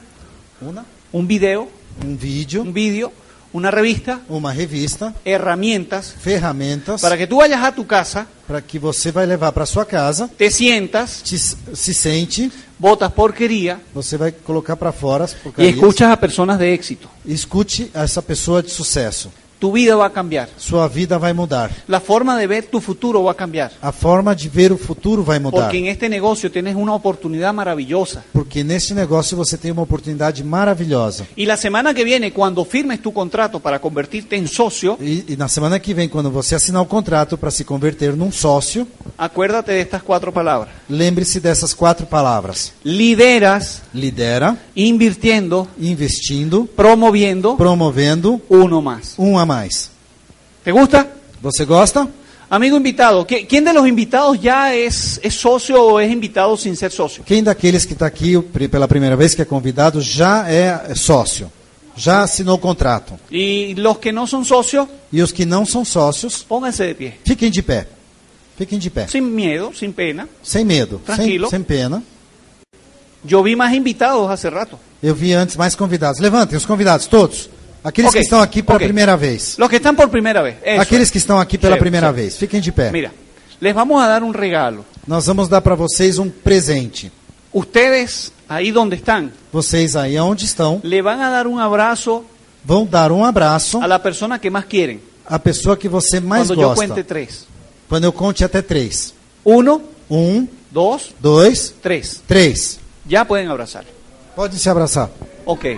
Speaker 4: uma,
Speaker 3: un video,
Speaker 4: um
Speaker 3: un
Speaker 4: vídeo,
Speaker 3: vídeo, una revista,
Speaker 4: uma revista,
Speaker 3: herramientas
Speaker 4: ferramentas
Speaker 3: para que tú vayas a tu casa,
Speaker 4: para que você vai levar para sua casa,
Speaker 3: te sientas,
Speaker 4: te, se sente,
Speaker 3: botas porquería
Speaker 4: você vai colocar para fora as
Speaker 3: y
Speaker 4: porcarias,
Speaker 3: escuchas a personas de éxito.
Speaker 4: escute essa pessoa de sucesso.
Speaker 3: Tu vida va a cambiar.
Speaker 4: Sua vida vai mudar.
Speaker 3: La forma de ver tu futuro va a cambiar.
Speaker 4: A forma de ver o futuro vai mudar.
Speaker 3: Porque en este negocio tienes una oportunidad maravillosa.
Speaker 4: Porque neste negócio você tem uma oportunidade maravilhosa.
Speaker 3: Y la semana que viene, cuando firmes tu contrato para convertirte en socio,
Speaker 4: E, e na semana que vem, quando você assinar o contrato para se converter num sócio,
Speaker 3: acuérdate de estas cuatro palabras.
Speaker 4: lembre-se dessas quatro palavras:
Speaker 3: Lideras
Speaker 4: lidera,
Speaker 3: invirtiendo,
Speaker 4: investindo,
Speaker 3: promoviendo
Speaker 4: promovendo,
Speaker 3: uno más.
Speaker 4: um a mais.
Speaker 3: ¿Te gusta?
Speaker 4: Você gosta?
Speaker 3: Amigo invitado, ¿qui- ¿quién de los invitados ya es, es socio o es invitado sin ser socio?
Speaker 4: Quem daqueles que está aqui pri- pela primeira vez, que é convidado, já é sócio, já assinou o contrato.
Speaker 3: Y los que no son socios,
Speaker 4: E os que não são sócios,
Speaker 3: pónganse de pie.
Speaker 4: fiquem de pé. Fiquem de pé.
Speaker 3: Sin miedo, sin pena.
Speaker 4: Sem medo, sem,
Speaker 3: Tranquilo.
Speaker 4: sem pena.
Speaker 3: Yo vi más invitados hace rato.
Speaker 4: Eu vi antes mais convidados. Levantem os convidados, todos. Aqueles
Speaker 3: Ok,
Speaker 4: que estão aqui pela
Speaker 3: ok. É
Speaker 4: primeira vez.
Speaker 3: Los que están por primera vez. eso.
Speaker 4: Aqueles Ah, que estão aqui pela
Speaker 3: Sim,
Speaker 4: primeira
Speaker 3: sim.
Speaker 4: vez. Fiquem de pé.
Speaker 3: Mira, les vamos a dar un regalo.
Speaker 4: Nós vamos dar para vocês um presente.
Speaker 3: Ustedes, ahí donde están,
Speaker 4: Vocês aí onde estão,
Speaker 3: le van a dar un abrazo
Speaker 4: vão dar um abraço
Speaker 3: a la persona que más quieren.
Speaker 4: à pessoa que você mais
Speaker 3: Cuando yo
Speaker 4: gosta.
Speaker 3: cuente tres.
Speaker 4: Quando eu conte até três.
Speaker 3: Uno,
Speaker 4: Um,
Speaker 3: dos,
Speaker 4: dois,
Speaker 3: tres.
Speaker 4: três.
Speaker 3: Ya pueden abrazar.
Speaker 4: Podem se abraçar.
Speaker 3: Ok.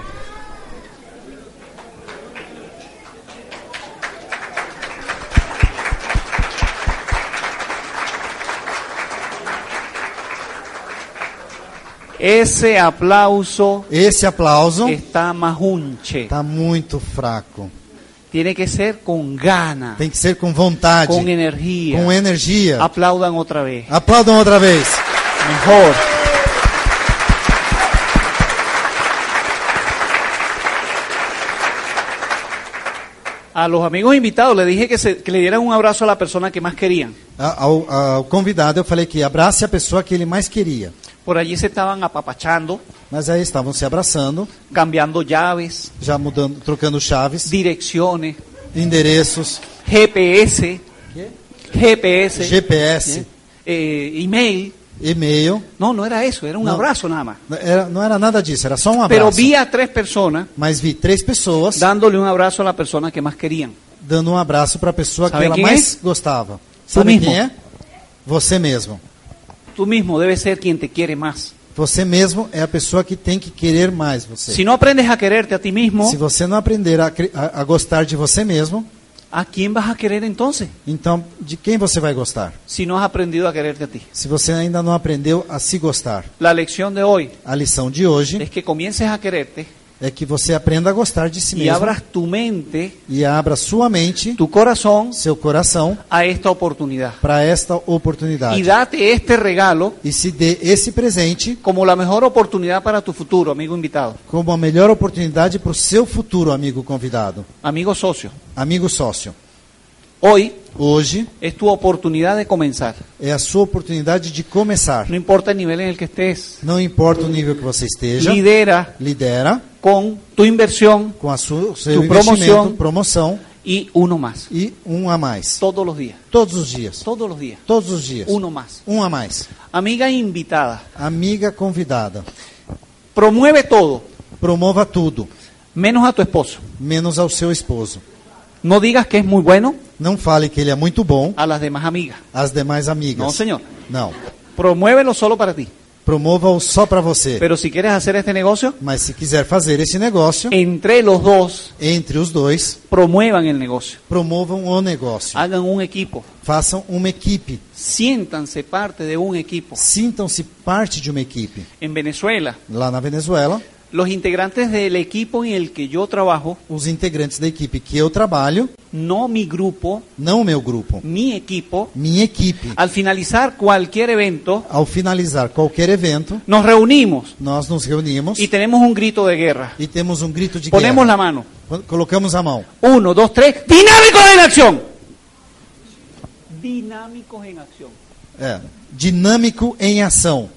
Speaker 3: Esse aplauso
Speaker 4: Esse aplauso
Speaker 3: está majunche.
Speaker 4: está muito fraco.
Speaker 3: Tiene que ser con gana,
Speaker 4: Tem que ser com vontade,
Speaker 3: con energía.
Speaker 4: com energia.
Speaker 3: Aplaudan otra vez.
Speaker 4: Aplaudam outra vez.
Speaker 3: Mejor. A los amigos invitados le dije que, se- que le dieran un abrazo a la persona que más querían.
Speaker 4: A- Ao, ao convidado eu falei que abrace a pessoa que ele mais queria.
Speaker 3: Por allí se estaban apapachando,
Speaker 4: Mas aí estavam se abraçando,
Speaker 3: cambiando llaves,
Speaker 4: já mudando, trocando chaves,
Speaker 3: direcciones,
Speaker 4: endereços,
Speaker 3: GPS, GPS,
Speaker 4: GPS,
Speaker 3: eh, email,
Speaker 4: e-mail.
Speaker 3: No, no era eso, era un
Speaker 4: No.
Speaker 3: abrazo nada más.
Speaker 4: Era- não era nada disso, era só um
Speaker 3: Pero
Speaker 4: abraço.
Speaker 3: vi a tres personas
Speaker 4: Mas vi três pessoas
Speaker 3: dándole un abrazo a la persona que más querían.
Speaker 4: dando um abraço para a pessoa que
Speaker 3: Sabe
Speaker 4: ela
Speaker 3: quem é?
Speaker 4: mais gostava.
Speaker 3: mesmo.
Speaker 4: quem é? Você mesmo.
Speaker 3: Tú mismo debes ser quien te quiere más.
Speaker 4: Você mesmo é a pessoa que tem que querer mais você.
Speaker 3: Si no aprendes a quererte a ti mismo,
Speaker 4: Se você não aprender a, cre- a- a gostar de você mesmo,
Speaker 3: ¿a quién vas a querer entonces?
Speaker 4: então de quem você vai gostar?
Speaker 3: Si no has aprendido a quererte a ti.
Speaker 4: Se você ainda não aprendeu a se gostar.
Speaker 3: La lección de hoy
Speaker 4: A lição de hoje
Speaker 3: es que comiences a quererte
Speaker 4: é que você aprenda a gostar de si
Speaker 3: y
Speaker 4: mesmo
Speaker 3: abras tu mente,
Speaker 4: e abra sua mente,
Speaker 3: tu corazón
Speaker 4: seu coração
Speaker 3: a esta oportunidad.
Speaker 4: para esta
Speaker 3: Y
Speaker 4: oportunidade.
Speaker 3: date este regalo
Speaker 4: E se dê esse presente
Speaker 3: como la mejor oportunidad para tu futuro, amigo invitado,
Speaker 4: como a melhor oportunidade para o seu futuro amigo convidado,
Speaker 3: amigo socio.
Speaker 4: amigo sócio.
Speaker 3: Hoy
Speaker 4: Hoje
Speaker 3: es tu oportunidad de comenzar.
Speaker 4: é a sua oportunidade de começar.
Speaker 3: No importa el nivel en el que estés,
Speaker 4: Não importa o nível que você esteja,
Speaker 3: lidera
Speaker 4: lidera
Speaker 3: con tu inversión
Speaker 4: com a sua seu
Speaker 3: Tu promoção.
Speaker 4: investimento, promoção
Speaker 3: y uno más.
Speaker 4: e um a mais.
Speaker 3: Todos los días,
Speaker 4: Todos os dias.
Speaker 3: todos los días,
Speaker 4: Todos os dias.
Speaker 3: uno más.
Speaker 4: Um a mais.
Speaker 3: Amiga invitada,
Speaker 4: Amiga convidada.
Speaker 3: promueve todo,
Speaker 4: Promova tudo,
Speaker 3: menos a tu esposo.
Speaker 4: menos ao seu esposo.
Speaker 3: No digas que es muy bueno
Speaker 4: Não fale que ele é muito bom
Speaker 3: a las demás amigas.
Speaker 4: às demais amigas.
Speaker 3: No, señor.
Speaker 4: Não.
Speaker 3: Promuévelo solo para ti.
Speaker 4: Promova-o só para você.
Speaker 3: Pero si quieres hacer este negocio,
Speaker 4: Mas se quiser fazer esse negócio,
Speaker 3: entre los dos
Speaker 4: entre os dois,
Speaker 3: promuevan el negocio.
Speaker 4: promovam o negócio.
Speaker 3: Hagan un equipo.
Speaker 4: Façam uma equipe.
Speaker 3: Siéntanse parte de un equipo.
Speaker 4: Sintam-se parte de uma equipe.
Speaker 3: En Venezuela,
Speaker 4: Lá na Venezuela,
Speaker 3: los integrantes del equipo en el que yo trabajo,
Speaker 4: os integrantes da equipe que eu trabalho,
Speaker 3: no mi grupo,
Speaker 4: não o meu grupo,
Speaker 3: mi equipo,
Speaker 4: minha equipe,
Speaker 3: al finalizar cualquier evento,
Speaker 4: ao finalizar qualquer evento,
Speaker 3: nos reunimos
Speaker 4: nós nos reunimos
Speaker 3: y tenemos un grito de guerra.
Speaker 4: e temos um grito de
Speaker 3: Ponemos
Speaker 4: guerra.
Speaker 3: la mano.
Speaker 4: Quando Colocamos a mão.
Speaker 3: Uno, dos, tres. Dinámicos en acción. Dinámicos en acción.
Speaker 4: É, dinâmico em ação.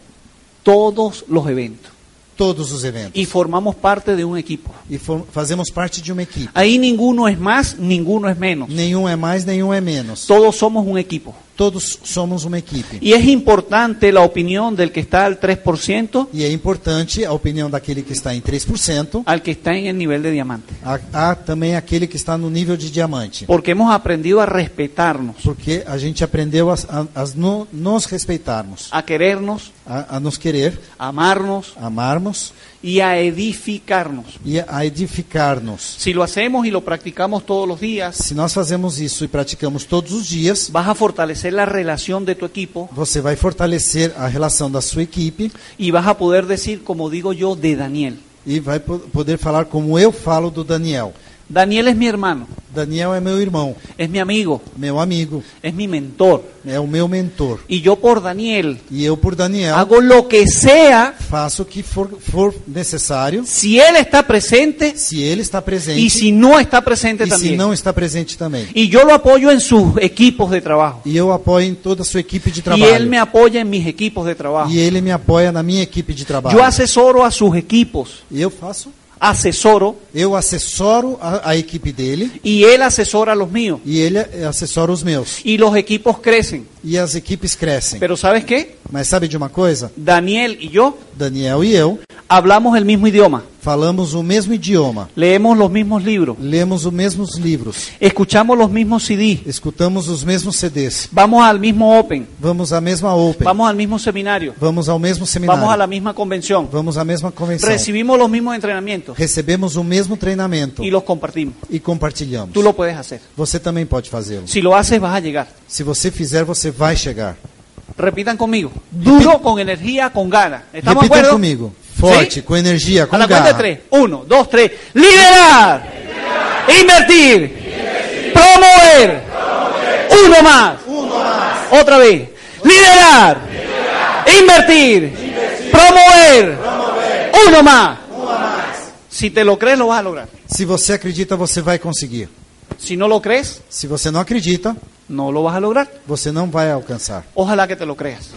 Speaker 3: Todos los eventos.
Speaker 4: Todos os eventos.
Speaker 3: Y formamos parte de un equipo.
Speaker 4: E for- fazemos parte de uma equipe.
Speaker 3: Ahí ninguno es más, ninguno es menos.
Speaker 4: Nenhum é mais, nenhum é menos.
Speaker 3: Todos somos un equipo.
Speaker 4: Todos somos uma equipe.
Speaker 3: Y es importante la opinión del que está al 3%
Speaker 4: E é importante a opinião daquele que está em 3%.
Speaker 3: al que está en el nivel de diamante.
Speaker 4: Há- Há também aquele que está no nível de diamante.
Speaker 3: Porque hemos aprendido a respetarnos,
Speaker 4: Porque a gente aprendeu a, a, a no- nos respeitarmos,
Speaker 3: a querernos,
Speaker 4: a, a nos querer,
Speaker 3: a amarnos
Speaker 4: amarmos
Speaker 3: y a edificarnos.
Speaker 4: e a edificar-nos.
Speaker 3: Si lo hacemos y lo practicamos todos los días,
Speaker 4: Se nós fazemos isso e praticamos todos os dias,
Speaker 3: vas a fortalecer la relación de tu equipo
Speaker 4: você vai fortalecer a relação da sua equipe
Speaker 3: y vas a poder decir, como digo yo, de Daniel.
Speaker 4: e vai po- poder falar como eu falo do Daniel.
Speaker 3: Daniel es mi hermano,
Speaker 4: Daniel é meu irmão,
Speaker 3: es mi amigo,
Speaker 4: meu amigo,
Speaker 3: es mi mentor.
Speaker 4: é o meu mentor.
Speaker 3: Y yo por Daniel
Speaker 4: E eu, por Daniel,
Speaker 3: hago lo que sea
Speaker 4: faço o que for, for necessário,
Speaker 3: si él está presente
Speaker 4: se ele está presente
Speaker 3: y si no está presente
Speaker 4: e se
Speaker 3: también.
Speaker 4: não está presente também.
Speaker 3: Y yo lo apoyo en sus equipos de trabajo.
Speaker 4: E eu apoio em toda a sua equipe de
Speaker 3: Y
Speaker 4: trabalho.
Speaker 3: él me apoya en mis equipos de trabajo.
Speaker 4: E ele me apoia na minha equipe de trabalho.
Speaker 3: Yo asesoro a sus equipos,
Speaker 4: Eu faço,
Speaker 3: asesoro
Speaker 4: eu assessoro a, a equipe dele
Speaker 3: y él asesora a los míos.
Speaker 4: e ele assessora os meus.
Speaker 3: Y los equipos crecen.
Speaker 4: E as equipes crescem.
Speaker 3: Pero ¿sabes qué?
Speaker 4: Mas sabe de uma coisa?
Speaker 3: Daniel y yo
Speaker 4: Daniel e eu
Speaker 3: hablamos el mismo idioma,
Speaker 4: falamos o mesmo idioma,
Speaker 3: leemos los mismos libros,
Speaker 4: lemos os mesmos livros,
Speaker 3: escuchamos los mismos CD,
Speaker 4: escutamos os mesmos CDs,
Speaker 3: vamos al mismo Open,
Speaker 4: vamos à mesma Open,
Speaker 3: vamos al mismo seminario,
Speaker 4: vamos ao mesmo seminário,
Speaker 3: vamos a la misma convención,
Speaker 4: vamos à mesma convenção,
Speaker 3: recibimos los mismos entrenamientos
Speaker 4: recebemos o mesmo treinamento
Speaker 3: y los compartimos.
Speaker 4: e compartilhamos.
Speaker 3: Tú lo puedes hacer.
Speaker 4: Você também pode fazê-lo.
Speaker 3: Si lo haces vas a llegar.
Speaker 4: Se você fizer, você vai chegar.
Speaker 3: Repitan conmigo. Duro, con energía, con ganas. ¿Estamos de
Speaker 4: Repitam
Speaker 3: acuerdo?
Speaker 4: comigo. Forte,
Speaker 3: ¿Sí?
Speaker 4: com energia, com
Speaker 3: A la cuenta
Speaker 4: garra.
Speaker 3: de tres. Uno, dos, tres. Liderar. Invertir. Promover. Uno más. Otra vez. Liderar. Invertir. Promover. Uno más. Si te lo crees, lo vas a lograr.
Speaker 4: Se você acredita, você vai conseguir.
Speaker 3: Si no lo crees,
Speaker 4: Se você não acredita,
Speaker 3: no lo vas a lograr.
Speaker 4: você não vai alcançar.
Speaker 3: Ojalá que te lo creas.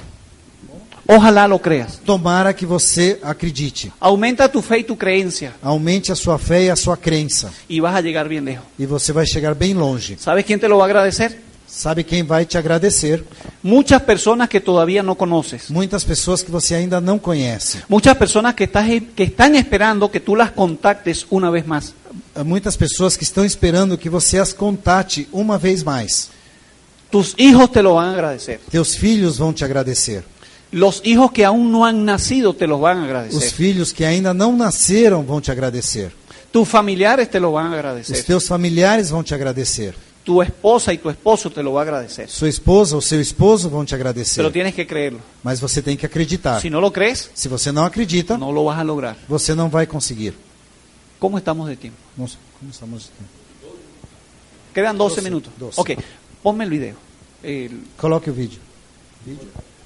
Speaker 3: Ojalá lo creas.
Speaker 4: Tomara que você acredite.
Speaker 3: Aumenta tu fe y tu creencia
Speaker 4: Aumente a sua fé e a sua crença.
Speaker 3: y vas a llegar bien lejos.
Speaker 4: E você vai chegar bem longe.
Speaker 3: ¿Sabes quién te lo va a agradecer?
Speaker 4: Sabe quem vai te agradecer?
Speaker 3: Muchas personas que todavía no conoces.
Speaker 4: Muitas pessoas que você ainda não conhece.
Speaker 3: Muchas personas que, estás, que están esperando que tú las contactes una vez más.
Speaker 4: Muitas pessoas que estão esperando que você as contate uma vez mais.
Speaker 3: Tus hijos te lo van a agradecer.
Speaker 4: Teus filhos vão te agradecer.
Speaker 3: Los hijos que aún no han nacido te los van a
Speaker 4: Os
Speaker 3: agradecer.
Speaker 4: filhos que ainda não nasceram vão te agradecer.
Speaker 3: Tus familiares te lo van a
Speaker 4: Os
Speaker 3: agradecer.
Speaker 4: teus familiares vão te agradecer.
Speaker 3: Tu esposa y tu esposo te lo va a agradecer.
Speaker 4: Sua esposa ou seu esposo vão te
Speaker 3: Pero
Speaker 4: agradecer.
Speaker 3: tienes que creerlo.
Speaker 4: Mas você tem que acreditar.
Speaker 3: Si no lo crees,
Speaker 4: Se você não acredita,
Speaker 3: no lo vas a lograr.
Speaker 4: você não vai conseguir.
Speaker 3: ¿Cómo estamos de tiempo?
Speaker 4: Nossa, como estamos...
Speaker 3: Quedan 12
Speaker 4: 12,
Speaker 3: minutos.
Speaker 4: 12.
Speaker 3: Ok, ponme el video. El-
Speaker 4: Coloque o vídeo.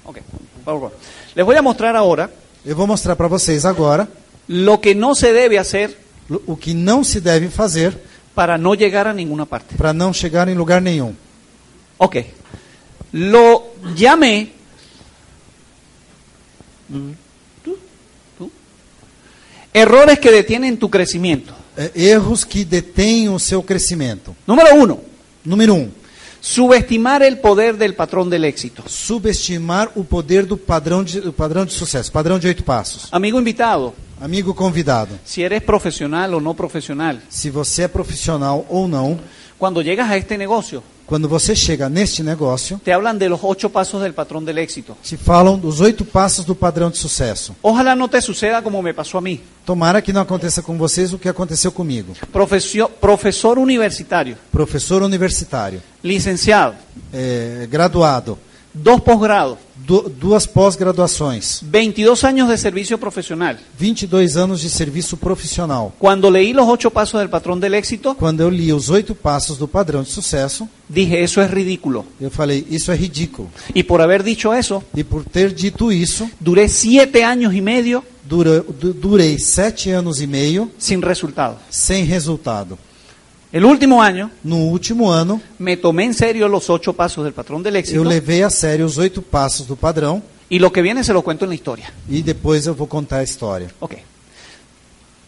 Speaker 3: ok, por favor. Les voy a mostrar ahora
Speaker 4: Eu vou mostrar para vocês agora
Speaker 3: lo que no se debe hacer
Speaker 4: o que não se deve fazer
Speaker 3: para no llegar a ninguna parte.
Speaker 4: para não chegar em lugar nenhum.
Speaker 3: Ok. Lo llamé. Errores que detienen tu crecimiento.
Speaker 4: É, erros que detêm o seu crescimento.
Speaker 3: Número uno,
Speaker 4: Número um,
Speaker 3: subestimar el poder del patrón del éxito.
Speaker 4: subestimar o poder do padrão de, do padrão de sucesso, padrão de oito passos.
Speaker 3: Amigo invitado,
Speaker 4: Amigo convidado,
Speaker 3: si eres profesional o no profesional,
Speaker 4: se você é profissional ou não,
Speaker 3: cuando llegas a este negocio,
Speaker 4: quando você chega neste negócio,
Speaker 3: te hablan de los ocho pasos del patrón del éxito.
Speaker 4: te falam dos oito passos do padrão de sucesso.
Speaker 3: Ojalá no te suceda como me pasó a mí.
Speaker 4: Tomara que não aconteça com vocês o que aconteceu comigo.
Speaker 3: Profesio- profesor universitario,
Speaker 4: Professor universitário,
Speaker 3: licenciado,
Speaker 4: é, graduado,
Speaker 3: dos posgrados,
Speaker 4: du- duas pós-graduações,
Speaker 3: 22 años de servicio profesional.
Speaker 4: 22 anos de serviço profissional.
Speaker 3: Cuando leí los ocho pasos del patrón del éxito,
Speaker 4: Quando eu li os oito passos do padrão de sucesso,
Speaker 3: dije, eso es ridículo.
Speaker 4: eu falei, isso é ridículo.
Speaker 3: Y por haber dicho eso,
Speaker 4: E por ter dito isso,
Speaker 3: duré siete años y medio
Speaker 4: dura- du- durei sete anos e meio
Speaker 3: sin resultado.
Speaker 4: sem resultado.
Speaker 3: El último año
Speaker 4: No último ano,
Speaker 3: me tomé en serio los ocho pasos del patrón del
Speaker 4: eu
Speaker 3: éxito
Speaker 4: levei a sério os oito passos do padrão
Speaker 3: y lo que viene se lo cuento en la historia.
Speaker 4: e depois eu vou contar a história.
Speaker 3: Ok.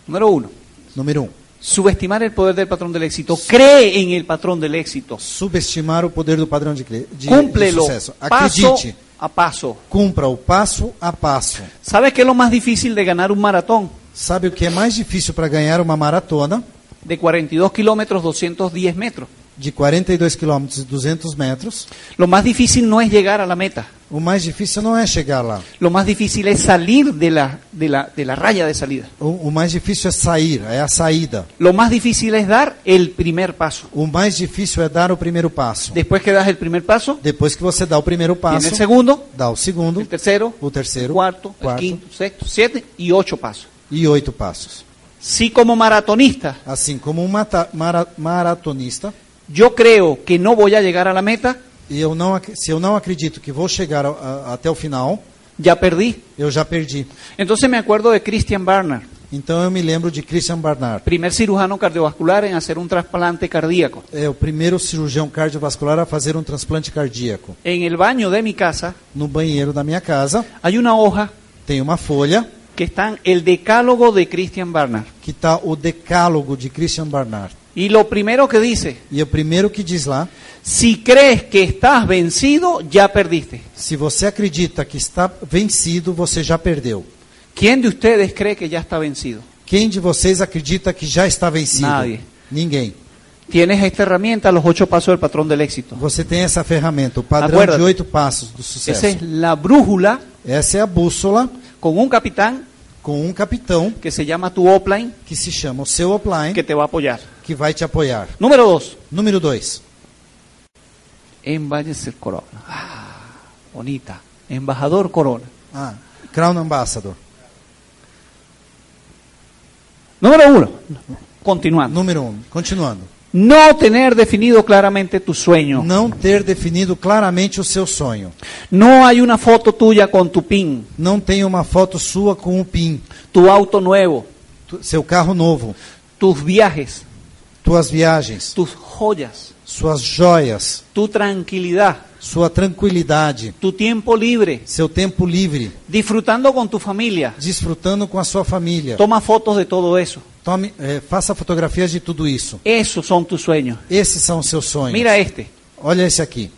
Speaker 3: Número uno,
Speaker 4: Número um,
Speaker 3: subestimar el poder del patrón del éxito. Cree en el patrón del éxito.
Speaker 4: subestimar o poder do padrão de, cre- de, de
Speaker 3: Cúmplelo
Speaker 4: sucesso.
Speaker 3: paso
Speaker 4: Acredite,
Speaker 3: a paso.
Speaker 4: cumpra o passo a passo.
Speaker 3: ¿Sabes qué es lo más difícil de ganar un maratón?
Speaker 4: Sabe o que é mais difícil para ganhar uma maratona
Speaker 3: De 42 kilómetros, 210 metros.
Speaker 4: de 42 km e 200 metros?
Speaker 3: Lo más difícil no es llegar a la meta.
Speaker 4: O mais difícil não é chegar lá.
Speaker 3: Lo más difícil es salir de la, de la, de la raya de salida.
Speaker 4: O, o mais difícil é sair, é a saída.
Speaker 3: Lo más difícil es dar el primer paso.
Speaker 4: O mais difícil é dar o primeiro passo.
Speaker 3: Después que das el primer paso,
Speaker 4: Depois que você dá o primeiro
Speaker 3: viene
Speaker 4: passo,
Speaker 3: el segundo,
Speaker 4: dá o segundo,
Speaker 3: el tercero,
Speaker 4: o terceiro,
Speaker 3: cuarto, el
Speaker 4: quarto
Speaker 3: quinto, sexto, siete y ocho pasos.
Speaker 4: e oito passos.
Speaker 3: Si como maratonista
Speaker 4: Assim como um mata- mara- maratonista,
Speaker 3: yo creo que no voy a llegar a la meta,
Speaker 4: e eu não, ac- se eu não acredito que vou chegar a- a- até o final,
Speaker 3: ya perdí.
Speaker 4: eu já perdi.
Speaker 3: Entonces me acuerdo de Christian Barnard,
Speaker 4: Então eu me lembro de Christian Barnard,
Speaker 3: primer cirujano cardiovascular en hacer un trasplante cardíaco.
Speaker 4: é o primeiro cirurgião cardiovascular a fazer um transplante cardíaco.
Speaker 3: En el baño de mi casa
Speaker 4: No banheiro da minha casa
Speaker 3: hay una hoja
Speaker 4: tem uma folha
Speaker 3: que está el decálogo de Christian Barnard.
Speaker 4: que está o decálogo de Christian Barnard.
Speaker 3: Y lo primero que dice,
Speaker 4: E o primeiro que diz lá,
Speaker 3: si crees que estás vencido, ya perdiste.
Speaker 4: se você acredita que está vencido, você já perdeu.
Speaker 3: ¿Quién de ustedes cree que ya está vencido?
Speaker 4: Quem de vocês acredita que já está vencido?
Speaker 3: Nadie.
Speaker 4: Ninguém.
Speaker 3: Tienes esta herramienta, los ocho pasos del patrón del éxito.
Speaker 4: Você tem essa ferramenta, o padrão
Speaker 3: Acuérdate.
Speaker 4: de oito passos do sucesso.
Speaker 3: Esa es la brújula
Speaker 4: Essa é a bússola
Speaker 3: con un capitán
Speaker 4: com um capitão
Speaker 3: que se llama tu offline
Speaker 4: que se chama o seu offline,
Speaker 3: que te va a apoyar.
Speaker 4: que vai te apoiar.
Speaker 3: Número dos,
Speaker 4: Número dois,
Speaker 3: Embajador Corona. Ah, bonita. Embajador Corona.
Speaker 4: ah, Crown Ambassador.
Speaker 3: Número uno, continuando.
Speaker 4: Número um, continuando.
Speaker 3: No tener definido claramente tu sueño.
Speaker 4: Não ter definido claramente o seu sonho.
Speaker 3: No hay una foto tuya con tu pin,
Speaker 4: Não tem uma foto sua com o PIN,
Speaker 3: tu auto nuevo,
Speaker 4: tu- seu carro novo,
Speaker 3: tus viajes,
Speaker 4: tuas viagens,
Speaker 3: tus joyas,
Speaker 4: suas joias,
Speaker 3: tu tranquilidad,
Speaker 4: sua tranquilidade,
Speaker 3: tu tiempo libre,
Speaker 4: seu tempo livre,
Speaker 3: disfrutando con tu familia.
Speaker 4: desfrutando com a sua família.
Speaker 3: Toma fotos de todo eso.
Speaker 4: Tome, eh, faça fotografias de tudo isso.
Speaker 3: Esos son tus sueños.
Speaker 4: Esses são os seus sonhos.
Speaker 3: Mira este.
Speaker 4: Olha esse aqui,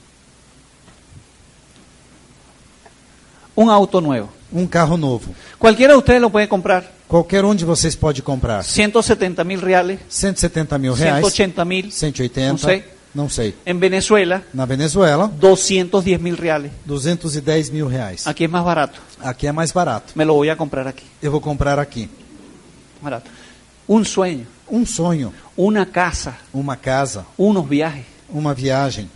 Speaker 3: Un auto nuevo.
Speaker 4: um carro novo.
Speaker 3: Cualquiera de ustedes lo puede comprar.
Speaker 4: Qualquer um de vocês pode comprar.
Speaker 3: 170 mil reales,
Speaker 4: 170 mil reais,
Speaker 3: 180 mil
Speaker 4: 180,
Speaker 3: Não sei.
Speaker 4: não sei.
Speaker 3: en Venezuela,
Speaker 4: Na Venezuela,
Speaker 3: 210 mil reales.
Speaker 4: 210 mil reais.
Speaker 3: Aquí es más barato.
Speaker 4: Aqui é mais barato.
Speaker 3: Me lo voy a comprar aquí.
Speaker 4: Eu vou comprar aqui.
Speaker 3: Barato. Un sueño,
Speaker 4: Um sonho,
Speaker 3: una casa,
Speaker 4: uma casa,
Speaker 3: unos viajes.
Speaker 4: uma viagem.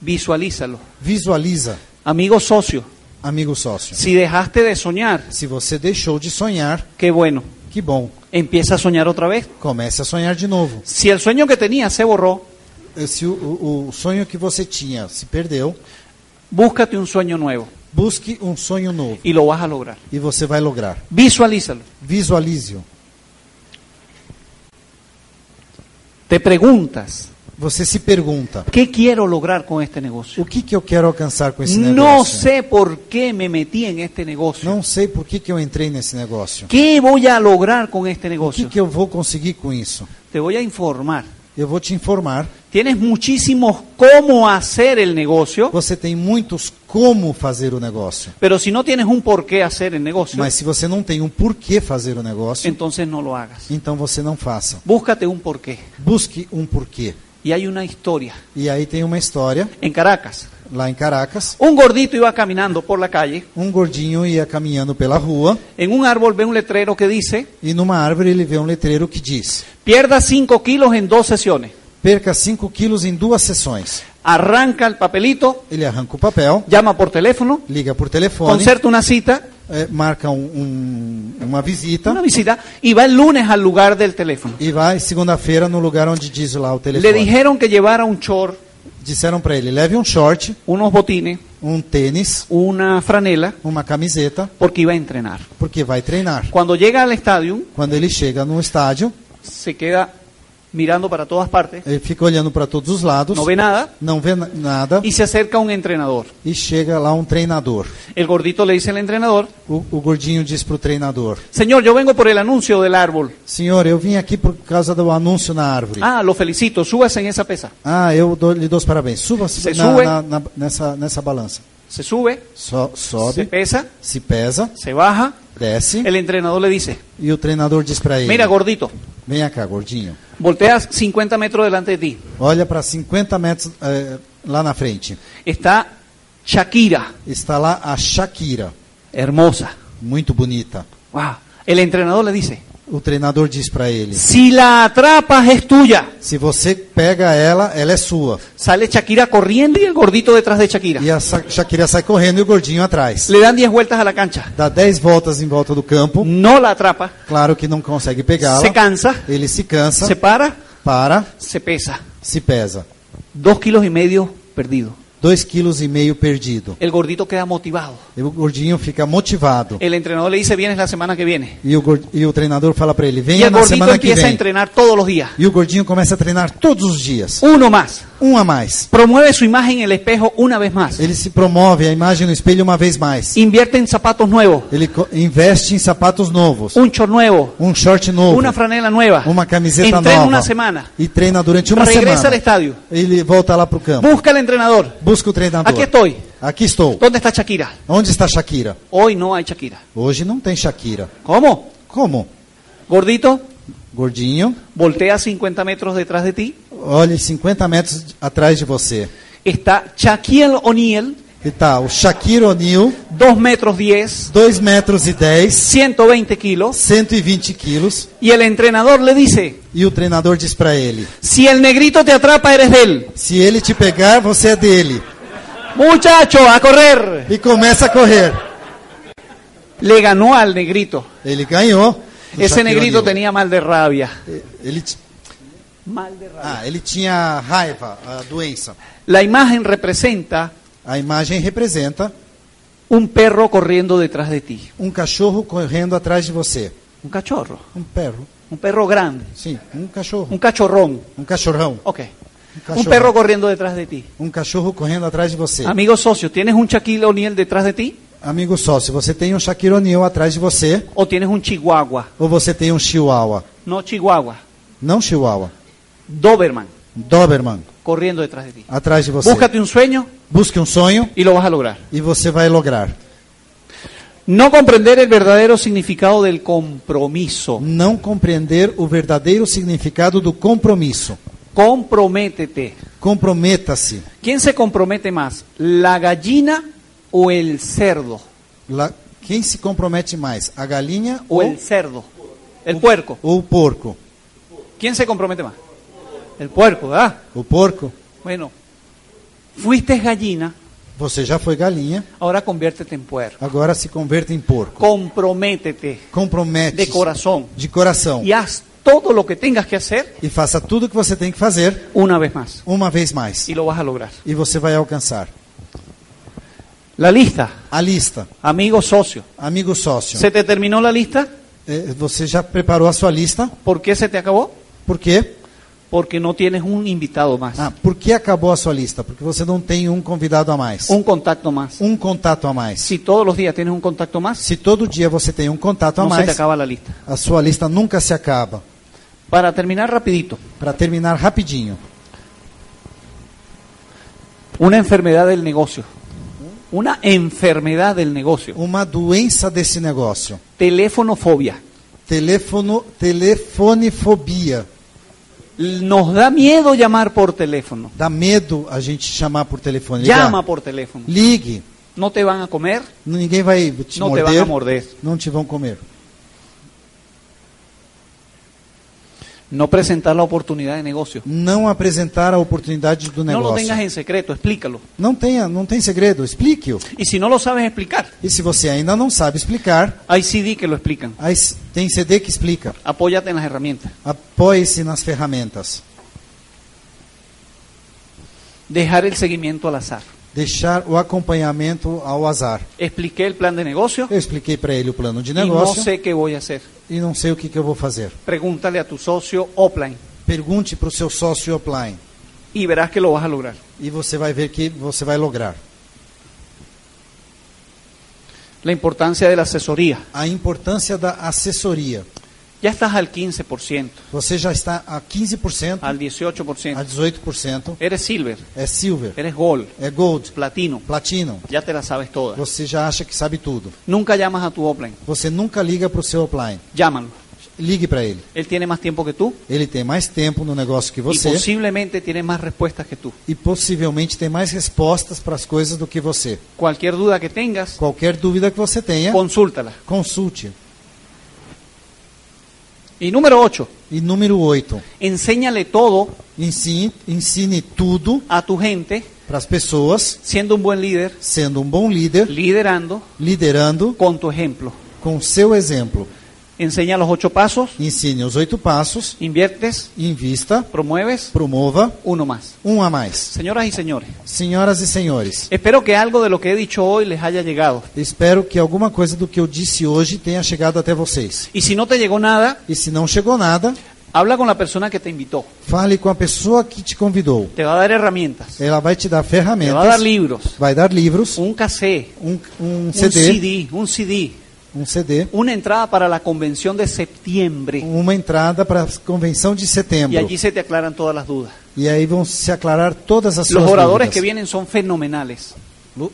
Speaker 3: Visualízalo.
Speaker 4: Visualiza,
Speaker 3: Amigo socio,
Speaker 4: amigo sócio.
Speaker 3: si dejaste de soñar,
Speaker 4: Se você deixou de sonhar,
Speaker 3: qué bueno.
Speaker 4: que bom.
Speaker 3: Empieza a soñar otra vez.
Speaker 4: Comece a sonhar de novo. Eh,
Speaker 3: Si el sueño que tenía se borró,
Speaker 4: Se o, o- o sonho que você tinha se perdeu,
Speaker 3: búscate un sueño nuevo
Speaker 4: busque um sonho novo
Speaker 3: y lo vas a lograr.
Speaker 4: e você vai lograr.
Speaker 3: Visualízalo.
Speaker 4: Visualize-o.
Speaker 3: Te preguntas,
Speaker 4: Você se pergunta:
Speaker 3: ¿qué quiero lograr con este negocio?
Speaker 4: o que, que eu quero alcançar com esse
Speaker 3: No
Speaker 4: negócio?
Speaker 3: sé por qué me metí en este negocio.
Speaker 4: Não sei por que, que eu entrei nesse negócio.
Speaker 3: ¿Qué voy a lograr con este
Speaker 4: O que,
Speaker 3: negocio?
Speaker 4: que eu vou conseguir com isso?
Speaker 3: Te voy a informar.
Speaker 4: Eu vou te informar.
Speaker 3: Tienes muchísimos cómo hacer el negocio,
Speaker 4: Você tem muitos como fazer o negócio.
Speaker 3: pero si no tienes un por qué hacer el negocio,
Speaker 4: Mas se você não tem um porquê fazer o negócio,
Speaker 3: entonces no lo hagas.
Speaker 4: então você não faça.
Speaker 3: Búscate un porqué.
Speaker 4: Busque um porquê.
Speaker 3: Y hay una historia
Speaker 4: E aí tem uma história,
Speaker 3: en Caracas.
Speaker 4: lá em Caracas.
Speaker 3: Un gordito iba caminando por la calle,
Speaker 4: Um gordinho ia caminhando pela rua
Speaker 3: en un árbol ve un letrero que dice,
Speaker 4: e numa árvore ele vê um letreiro que diz:
Speaker 3: pierda 5 kilos en dos sesiones.
Speaker 4: Perca 5 quilos em duas sessões.
Speaker 3: Arranca el papelito,
Speaker 4: Ele arranca o papel,
Speaker 3: llama por teléfono,
Speaker 4: liga por telefone,
Speaker 3: concerta una cita,
Speaker 4: eh, marca um- um- uma visita
Speaker 3: una visita, y va el lunes al lugar del teléfono.
Speaker 4: e vai segunda-feira no lugar onde diz lá o
Speaker 3: Le
Speaker 4: telefone.
Speaker 3: dijeron que llevara un short,
Speaker 4: Disseram para ele: leve um short,
Speaker 3: unos botines,
Speaker 4: um tênis,
Speaker 3: una franela,
Speaker 4: uma camiseta,
Speaker 3: porque iba a entrenar.
Speaker 4: porque vai treinar.
Speaker 3: Cuando llega al estadio,
Speaker 4: Quando ele chega no estádio,
Speaker 3: se queda mirando para todas partes,
Speaker 4: ele fica olhando para todos os lados,
Speaker 3: no ve nada,
Speaker 4: não vê na- nada
Speaker 3: y se acerca un entrenador.
Speaker 4: e chega lá um treinador.
Speaker 3: El gordito le dice al entrenador,
Speaker 4: O, o gordinho diz para o treinador:
Speaker 3: Señor, yo vengo por el anuncio del árbol.
Speaker 4: Senhor, eu vim aqui por causa do anúncio na árvore. Ah,
Speaker 3: Ah, lo felicito, súbase en essa pesa.
Speaker 4: eu dou- lhe dou os parabéns. Suba
Speaker 3: Se
Speaker 4: na,
Speaker 3: sube.
Speaker 4: na- na- nessa, nessa balança.
Speaker 3: Se sube,
Speaker 4: So-
Speaker 3: se
Speaker 4: sobe,
Speaker 3: pesa,
Speaker 4: se pesa,
Speaker 3: se baja.
Speaker 4: desce.
Speaker 3: El entrenador le dice,
Speaker 4: E o treinador diz para ele:
Speaker 3: mira gordito,
Speaker 4: Vem cá, gordinho.
Speaker 3: volteas 50 metros delante de ti.
Speaker 4: Olha para 50 metros eh, lá na frente.
Speaker 3: Está Shakira,
Speaker 4: Está lá a Shakira,
Speaker 3: hermosa.
Speaker 4: muito bonita.
Speaker 3: Wow. El entrenador le dice,
Speaker 4: O treinador diz para ele:
Speaker 3: si la atrapas es tuya.
Speaker 4: Se você pega ela, ela é sua.
Speaker 3: Sale Shakira corriendo y el gordito detrás de Shakira.
Speaker 4: E a Sa- Shakira sai correndo e o gordinho atrás.
Speaker 3: Le dan 10 vueltas a la cancha.
Speaker 4: Dá 10 voltas em volta do campo.
Speaker 3: No la atrapa,
Speaker 4: Claro que não consegue pegá-la.
Speaker 3: se cansa,
Speaker 4: Ele se cansa,
Speaker 3: se para,
Speaker 4: para,
Speaker 3: se pesa.
Speaker 4: se pesa.
Speaker 3: Dos kilos y medio perdido.
Speaker 4: 2,5 kg perdido.
Speaker 3: El gordito queda motivado.
Speaker 4: E o gordinho fica motivado.
Speaker 3: El entrenador le dice, vienes la semana que viene.
Speaker 4: E o, gor- e o treinador fala para ele:
Speaker 3: Y
Speaker 4: Venha
Speaker 3: el
Speaker 4: na
Speaker 3: gordito
Speaker 4: semana que
Speaker 3: então empieza a
Speaker 4: vem.
Speaker 3: entrenar todos los días.
Speaker 4: E o gordinho começa a treinar todos os dias.
Speaker 3: Uno más.
Speaker 4: Um a mais.
Speaker 3: Promueve su imagen en el espejo una vez más.
Speaker 4: Ele se promove a imagem no espelho uma vez mais.
Speaker 3: Invierte en zapatos nuevos,
Speaker 4: Ele co- investe em sapatos novos,
Speaker 3: un short nuevo,
Speaker 4: um short novo,
Speaker 3: una franela nueva.
Speaker 4: uma camiseta
Speaker 3: Entrena
Speaker 4: nova.
Speaker 3: una semana.
Speaker 4: E treina durante uma
Speaker 3: Regresa al
Speaker 4: semana.
Speaker 3: estadio.
Speaker 4: Ele volta lá pro campo.
Speaker 3: Busca al entrenador.
Speaker 4: Busca o treinador.
Speaker 3: Aquí estoy.
Speaker 4: Aqui estou.
Speaker 3: ¿Dónde está Shakira?
Speaker 4: Onde está Shakira?
Speaker 3: Hoy no hay Shakira.
Speaker 4: Hoje não tem Shakira.
Speaker 3: ¿Cómo?
Speaker 4: Como?
Speaker 3: Gordito,
Speaker 4: Gordinho,
Speaker 3: voltea 50 metros detrás de ti.
Speaker 4: olhe 50 metros atrás de você.
Speaker 3: Está Shaquille O'Neal,
Speaker 4: E tá o Shakira O'Neal,
Speaker 3: 2 metros 10,
Speaker 4: 2 metros e 10,
Speaker 3: 120 kilos.
Speaker 4: 120 quilos.
Speaker 3: Y el entrenador le dice,
Speaker 4: E o treinador diz para ele:
Speaker 3: si el negrito te atrapa, eres de él.
Speaker 4: se ele te pegar, você é dele.
Speaker 3: Muchacho, a correr.
Speaker 4: E começa a correr.
Speaker 3: Le ganó al negrito.
Speaker 4: Ele ganhou. do
Speaker 3: Ese
Speaker 4: Shaquille
Speaker 3: negrito
Speaker 4: O'Neal.
Speaker 3: tenía mal de rabia.
Speaker 4: Ele, ti-
Speaker 3: Mal de rabia.
Speaker 4: ah, ele tinha raiva, a doença.
Speaker 3: La imagen representa
Speaker 4: A imagem representa
Speaker 3: un perro corriendo detrás de ti.
Speaker 4: um cachorro correndo atrás de você.
Speaker 3: Un cachorro.
Speaker 4: Um perro.
Speaker 3: Un perro grande.
Speaker 4: Sim, um cachorro.
Speaker 3: Un cachorrón.
Speaker 4: Um cachorrão. Um
Speaker 3: Ok.
Speaker 4: cachorro.
Speaker 3: Un Um perro corriendo detrás de ti.
Speaker 4: Um cachorro correndo atrás de você.
Speaker 3: Amigo socio, ¿tienes un Shaquille O'Neal detrás de ti?
Speaker 4: Amigo sócio, você tem um Shaquille O'Neal atrás de você
Speaker 3: ¿O tienes un Chihuahua?
Speaker 4: ou você tem um Chihuahua?
Speaker 3: No Chihuahua.
Speaker 4: Não Chihuahua.
Speaker 3: Doberman.
Speaker 4: Doberman,
Speaker 3: corriendo detrás de ti.
Speaker 4: atrás de você.
Speaker 3: Búscate un sueño
Speaker 4: Busque um sonho
Speaker 3: y lo vas a lograr.
Speaker 4: e você vai lograr.
Speaker 3: No comprender el verdadero significado del compromiso.
Speaker 4: Não compreender o verdadeiro significado do compromisso.
Speaker 3: Comprométete.
Speaker 4: Comprometa-se.
Speaker 3: ¿Quién se compromete más? ¿La gallina o el cerdo?
Speaker 4: Lá- Quem se compromete mais, a galinha
Speaker 3: O el cerdo. El puerco.
Speaker 4: ou o porco?
Speaker 3: ¿Quién se compromete más? El puerco, ¿verdad?
Speaker 4: O porco?
Speaker 3: Bueno, fuiste gallina,
Speaker 4: Você já foi galinha,
Speaker 3: ahora conviértete en puerco.
Speaker 4: agora se converte em porco.
Speaker 3: Comprométete
Speaker 4: Compromete
Speaker 3: de corazón
Speaker 4: de coração
Speaker 3: y haz todo lo que tengas que hacer
Speaker 4: e faça tudo o que você tem que fazer
Speaker 3: una vez más
Speaker 4: uma vez mais
Speaker 3: y lo vas a lograr.
Speaker 4: e você vai alcançar.
Speaker 3: La lista,
Speaker 4: A lista,
Speaker 3: amigo socio.
Speaker 4: amigo sócio.
Speaker 3: ¿Se te terminó la lista?
Speaker 4: Eh, Você já preparou a sua lista?
Speaker 3: ¿Por qué se te acabó?
Speaker 4: Por quê?
Speaker 3: Porque no tienes un invitado más,
Speaker 4: Ah, por que acabou a sua lista? Porque você não tem um convidado a mais,
Speaker 3: un contacto más.
Speaker 4: um contato a mais.
Speaker 3: Si todos los días tienes un contacto más,
Speaker 4: Se todo dia você tem um contato a
Speaker 3: no se te
Speaker 4: mais,
Speaker 3: acaba la lista.
Speaker 4: a sua lista nunca se acaba.
Speaker 3: Para terminar rapidito,
Speaker 4: Para terminar rapidinho,
Speaker 3: una enfermedad del negocio. Una enfermedad del negocio.
Speaker 4: uma doença desse negócio,
Speaker 3: Telefonofobia.
Speaker 4: telefono, telefonefobia.
Speaker 3: Nos da miedo llamar por teléfono.
Speaker 4: Dá medo a gente chamar por telefone. ligar.
Speaker 3: Llama por teléfono.
Speaker 4: Ligue.
Speaker 3: No te van a comer,
Speaker 4: Ninguém vai te
Speaker 3: no te
Speaker 4: morder.
Speaker 3: van a morder.
Speaker 4: Não te vão comer.
Speaker 3: No presentar la oportunidad de negocio.
Speaker 4: Não apresentar a oportunidade do
Speaker 3: No
Speaker 4: negócio.
Speaker 3: lo tengas en secreto, explícalo.
Speaker 4: Não tenha, não tem segredo. Explique-o.
Speaker 3: Y si no lo sabes explicar,
Speaker 4: E se você ainda não sabe explicar,
Speaker 3: hay CD que lo explican.
Speaker 4: aí s- tem CD que explica.
Speaker 3: Apóyate en las herramientas.
Speaker 4: Apoie-se nas ferramentas.
Speaker 3: Dejar el seguimiento al azar.
Speaker 4: Deixar o acompanhamento ao azar.
Speaker 3: Expliqué el plan de negocio
Speaker 4: Eu expliquei para ele o plano de
Speaker 3: y no
Speaker 4: negócio
Speaker 3: sé qué voy a hacer.
Speaker 4: e não sei o que, que eu vou fazer.
Speaker 3: Pregúntale a tu socio offline
Speaker 4: Pergunte para o seu sócio offline
Speaker 3: y verás que lo vas a lograr.
Speaker 4: e você vai ver que você vai lograr.
Speaker 3: La importancia de la asesoría.
Speaker 4: A importância da assessoria.
Speaker 3: Ya estás al 15%,
Speaker 4: Você já está a 15%,
Speaker 3: al
Speaker 4: a
Speaker 3: 18%.
Speaker 4: 18%,
Speaker 3: Eres silver,
Speaker 4: é silver,
Speaker 3: eres gold,
Speaker 4: é gold,
Speaker 3: platino.
Speaker 4: platinum.
Speaker 3: Ya te la sabes toda.
Speaker 4: Você já acha que sabe tudo.
Speaker 3: Nunca llamas a tu offline.
Speaker 4: Você nunca liga para o seu offline.
Speaker 3: Llámalo.
Speaker 4: Ligue para ele.
Speaker 3: Él tiene más tiempo que tú
Speaker 4: Ele tem mais tempo no negócio que você
Speaker 3: y posiblemente tiene más respuestas que tú.
Speaker 4: e possivelmente tem mais respostas para as coisas do que você.
Speaker 3: Cualquier duda que tengas,
Speaker 4: Qualquer dúvida que você tenha,
Speaker 3: consúltala.
Speaker 4: consulte.
Speaker 3: Y número 8,
Speaker 4: E número 8,
Speaker 3: enséñale todo
Speaker 4: ensine, ensine tudo
Speaker 3: a tu gente
Speaker 4: para as pessoas,
Speaker 3: siendo un buen líder,
Speaker 4: sendo um bom líder,
Speaker 3: liderando
Speaker 4: liderando
Speaker 3: con tu ejemplo.
Speaker 4: com seu exemplo.
Speaker 3: Enseña los ocho pasos,
Speaker 4: Ensine os oito passos,
Speaker 3: inviertes,
Speaker 4: invista,
Speaker 3: promueves,
Speaker 4: promova,
Speaker 3: uno más.
Speaker 4: um a mais.
Speaker 3: Señoras y señores,
Speaker 4: Senhoras e senhores,
Speaker 3: espero que algo de lo que he dicho hoy les haya llegado.
Speaker 4: espero que alguma coisa do que eu disse hoje tenha chegado até vocês.
Speaker 3: Y si no te llegó nada,
Speaker 4: E se não chegou nada,
Speaker 3: habla con la persona que te invitó.
Speaker 4: fale com a pessoa que te convidou.
Speaker 3: Te va a dar herramientas,
Speaker 4: Ela vai te dar
Speaker 3: te va a dar
Speaker 4: ferramentas,
Speaker 3: libros,
Speaker 4: vai dar livros,
Speaker 3: un cassé,
Speaker 4: um, um
Speaker 3: un
Speaker 4: CD,
Speaker 3: CD, un CD,
Speaker 4: um CD,
Speaker 3: una entrada para la convención de septiembre.
Speaker 4: uma entrada para a convenção de setembro.
Speaker 3: Y allí se te aclaran todas las dudas.
Speaker 4: E aí vão se aclarar todas as
Speaker 3: Los
Speaker 4: suas
Speaker 3: oradores que
Speaker 4: dúvidas.
Speaker 3: vienen son fenomenales.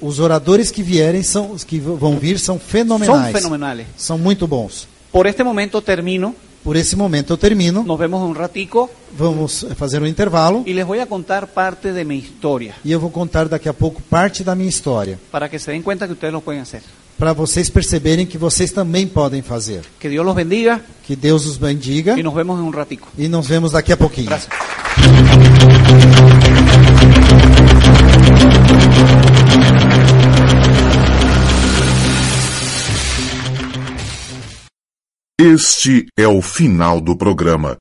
Speaker 4: Os oradores que vierem são os que vão vir são
Speaker 3: Son
Speaker 4: fenomenais.
Speaker 3: fenomenales.
Speaker 4: São muito bons.
Speaker 3: Por este momento termino.
Speaker 4: Por esse momento eu termino.
Speaker 3: Nos vemos un ratico
Speaker 4: Vamos fazer um intervalo
Speaker 3: y les voy a contar parte de mi historia
Speaker 4: e eu vou contar daqui a pouco parte da minha história,
Speaker 3: para que se den cuenta que ustedes lo pueden hacer.
Speaker 4: para vocês perceberem que vocês também podem fazer.
Speaker 3: Que Dios los bendiga
Speaker 4: Que Deus os bendiga
Speaker 3: y nos vemos en un ratico.
Speaker 4: e nos vemos daqui a pouquinho.
Speaker 3: Gracias.
Speaker 1: Este é o final do programa.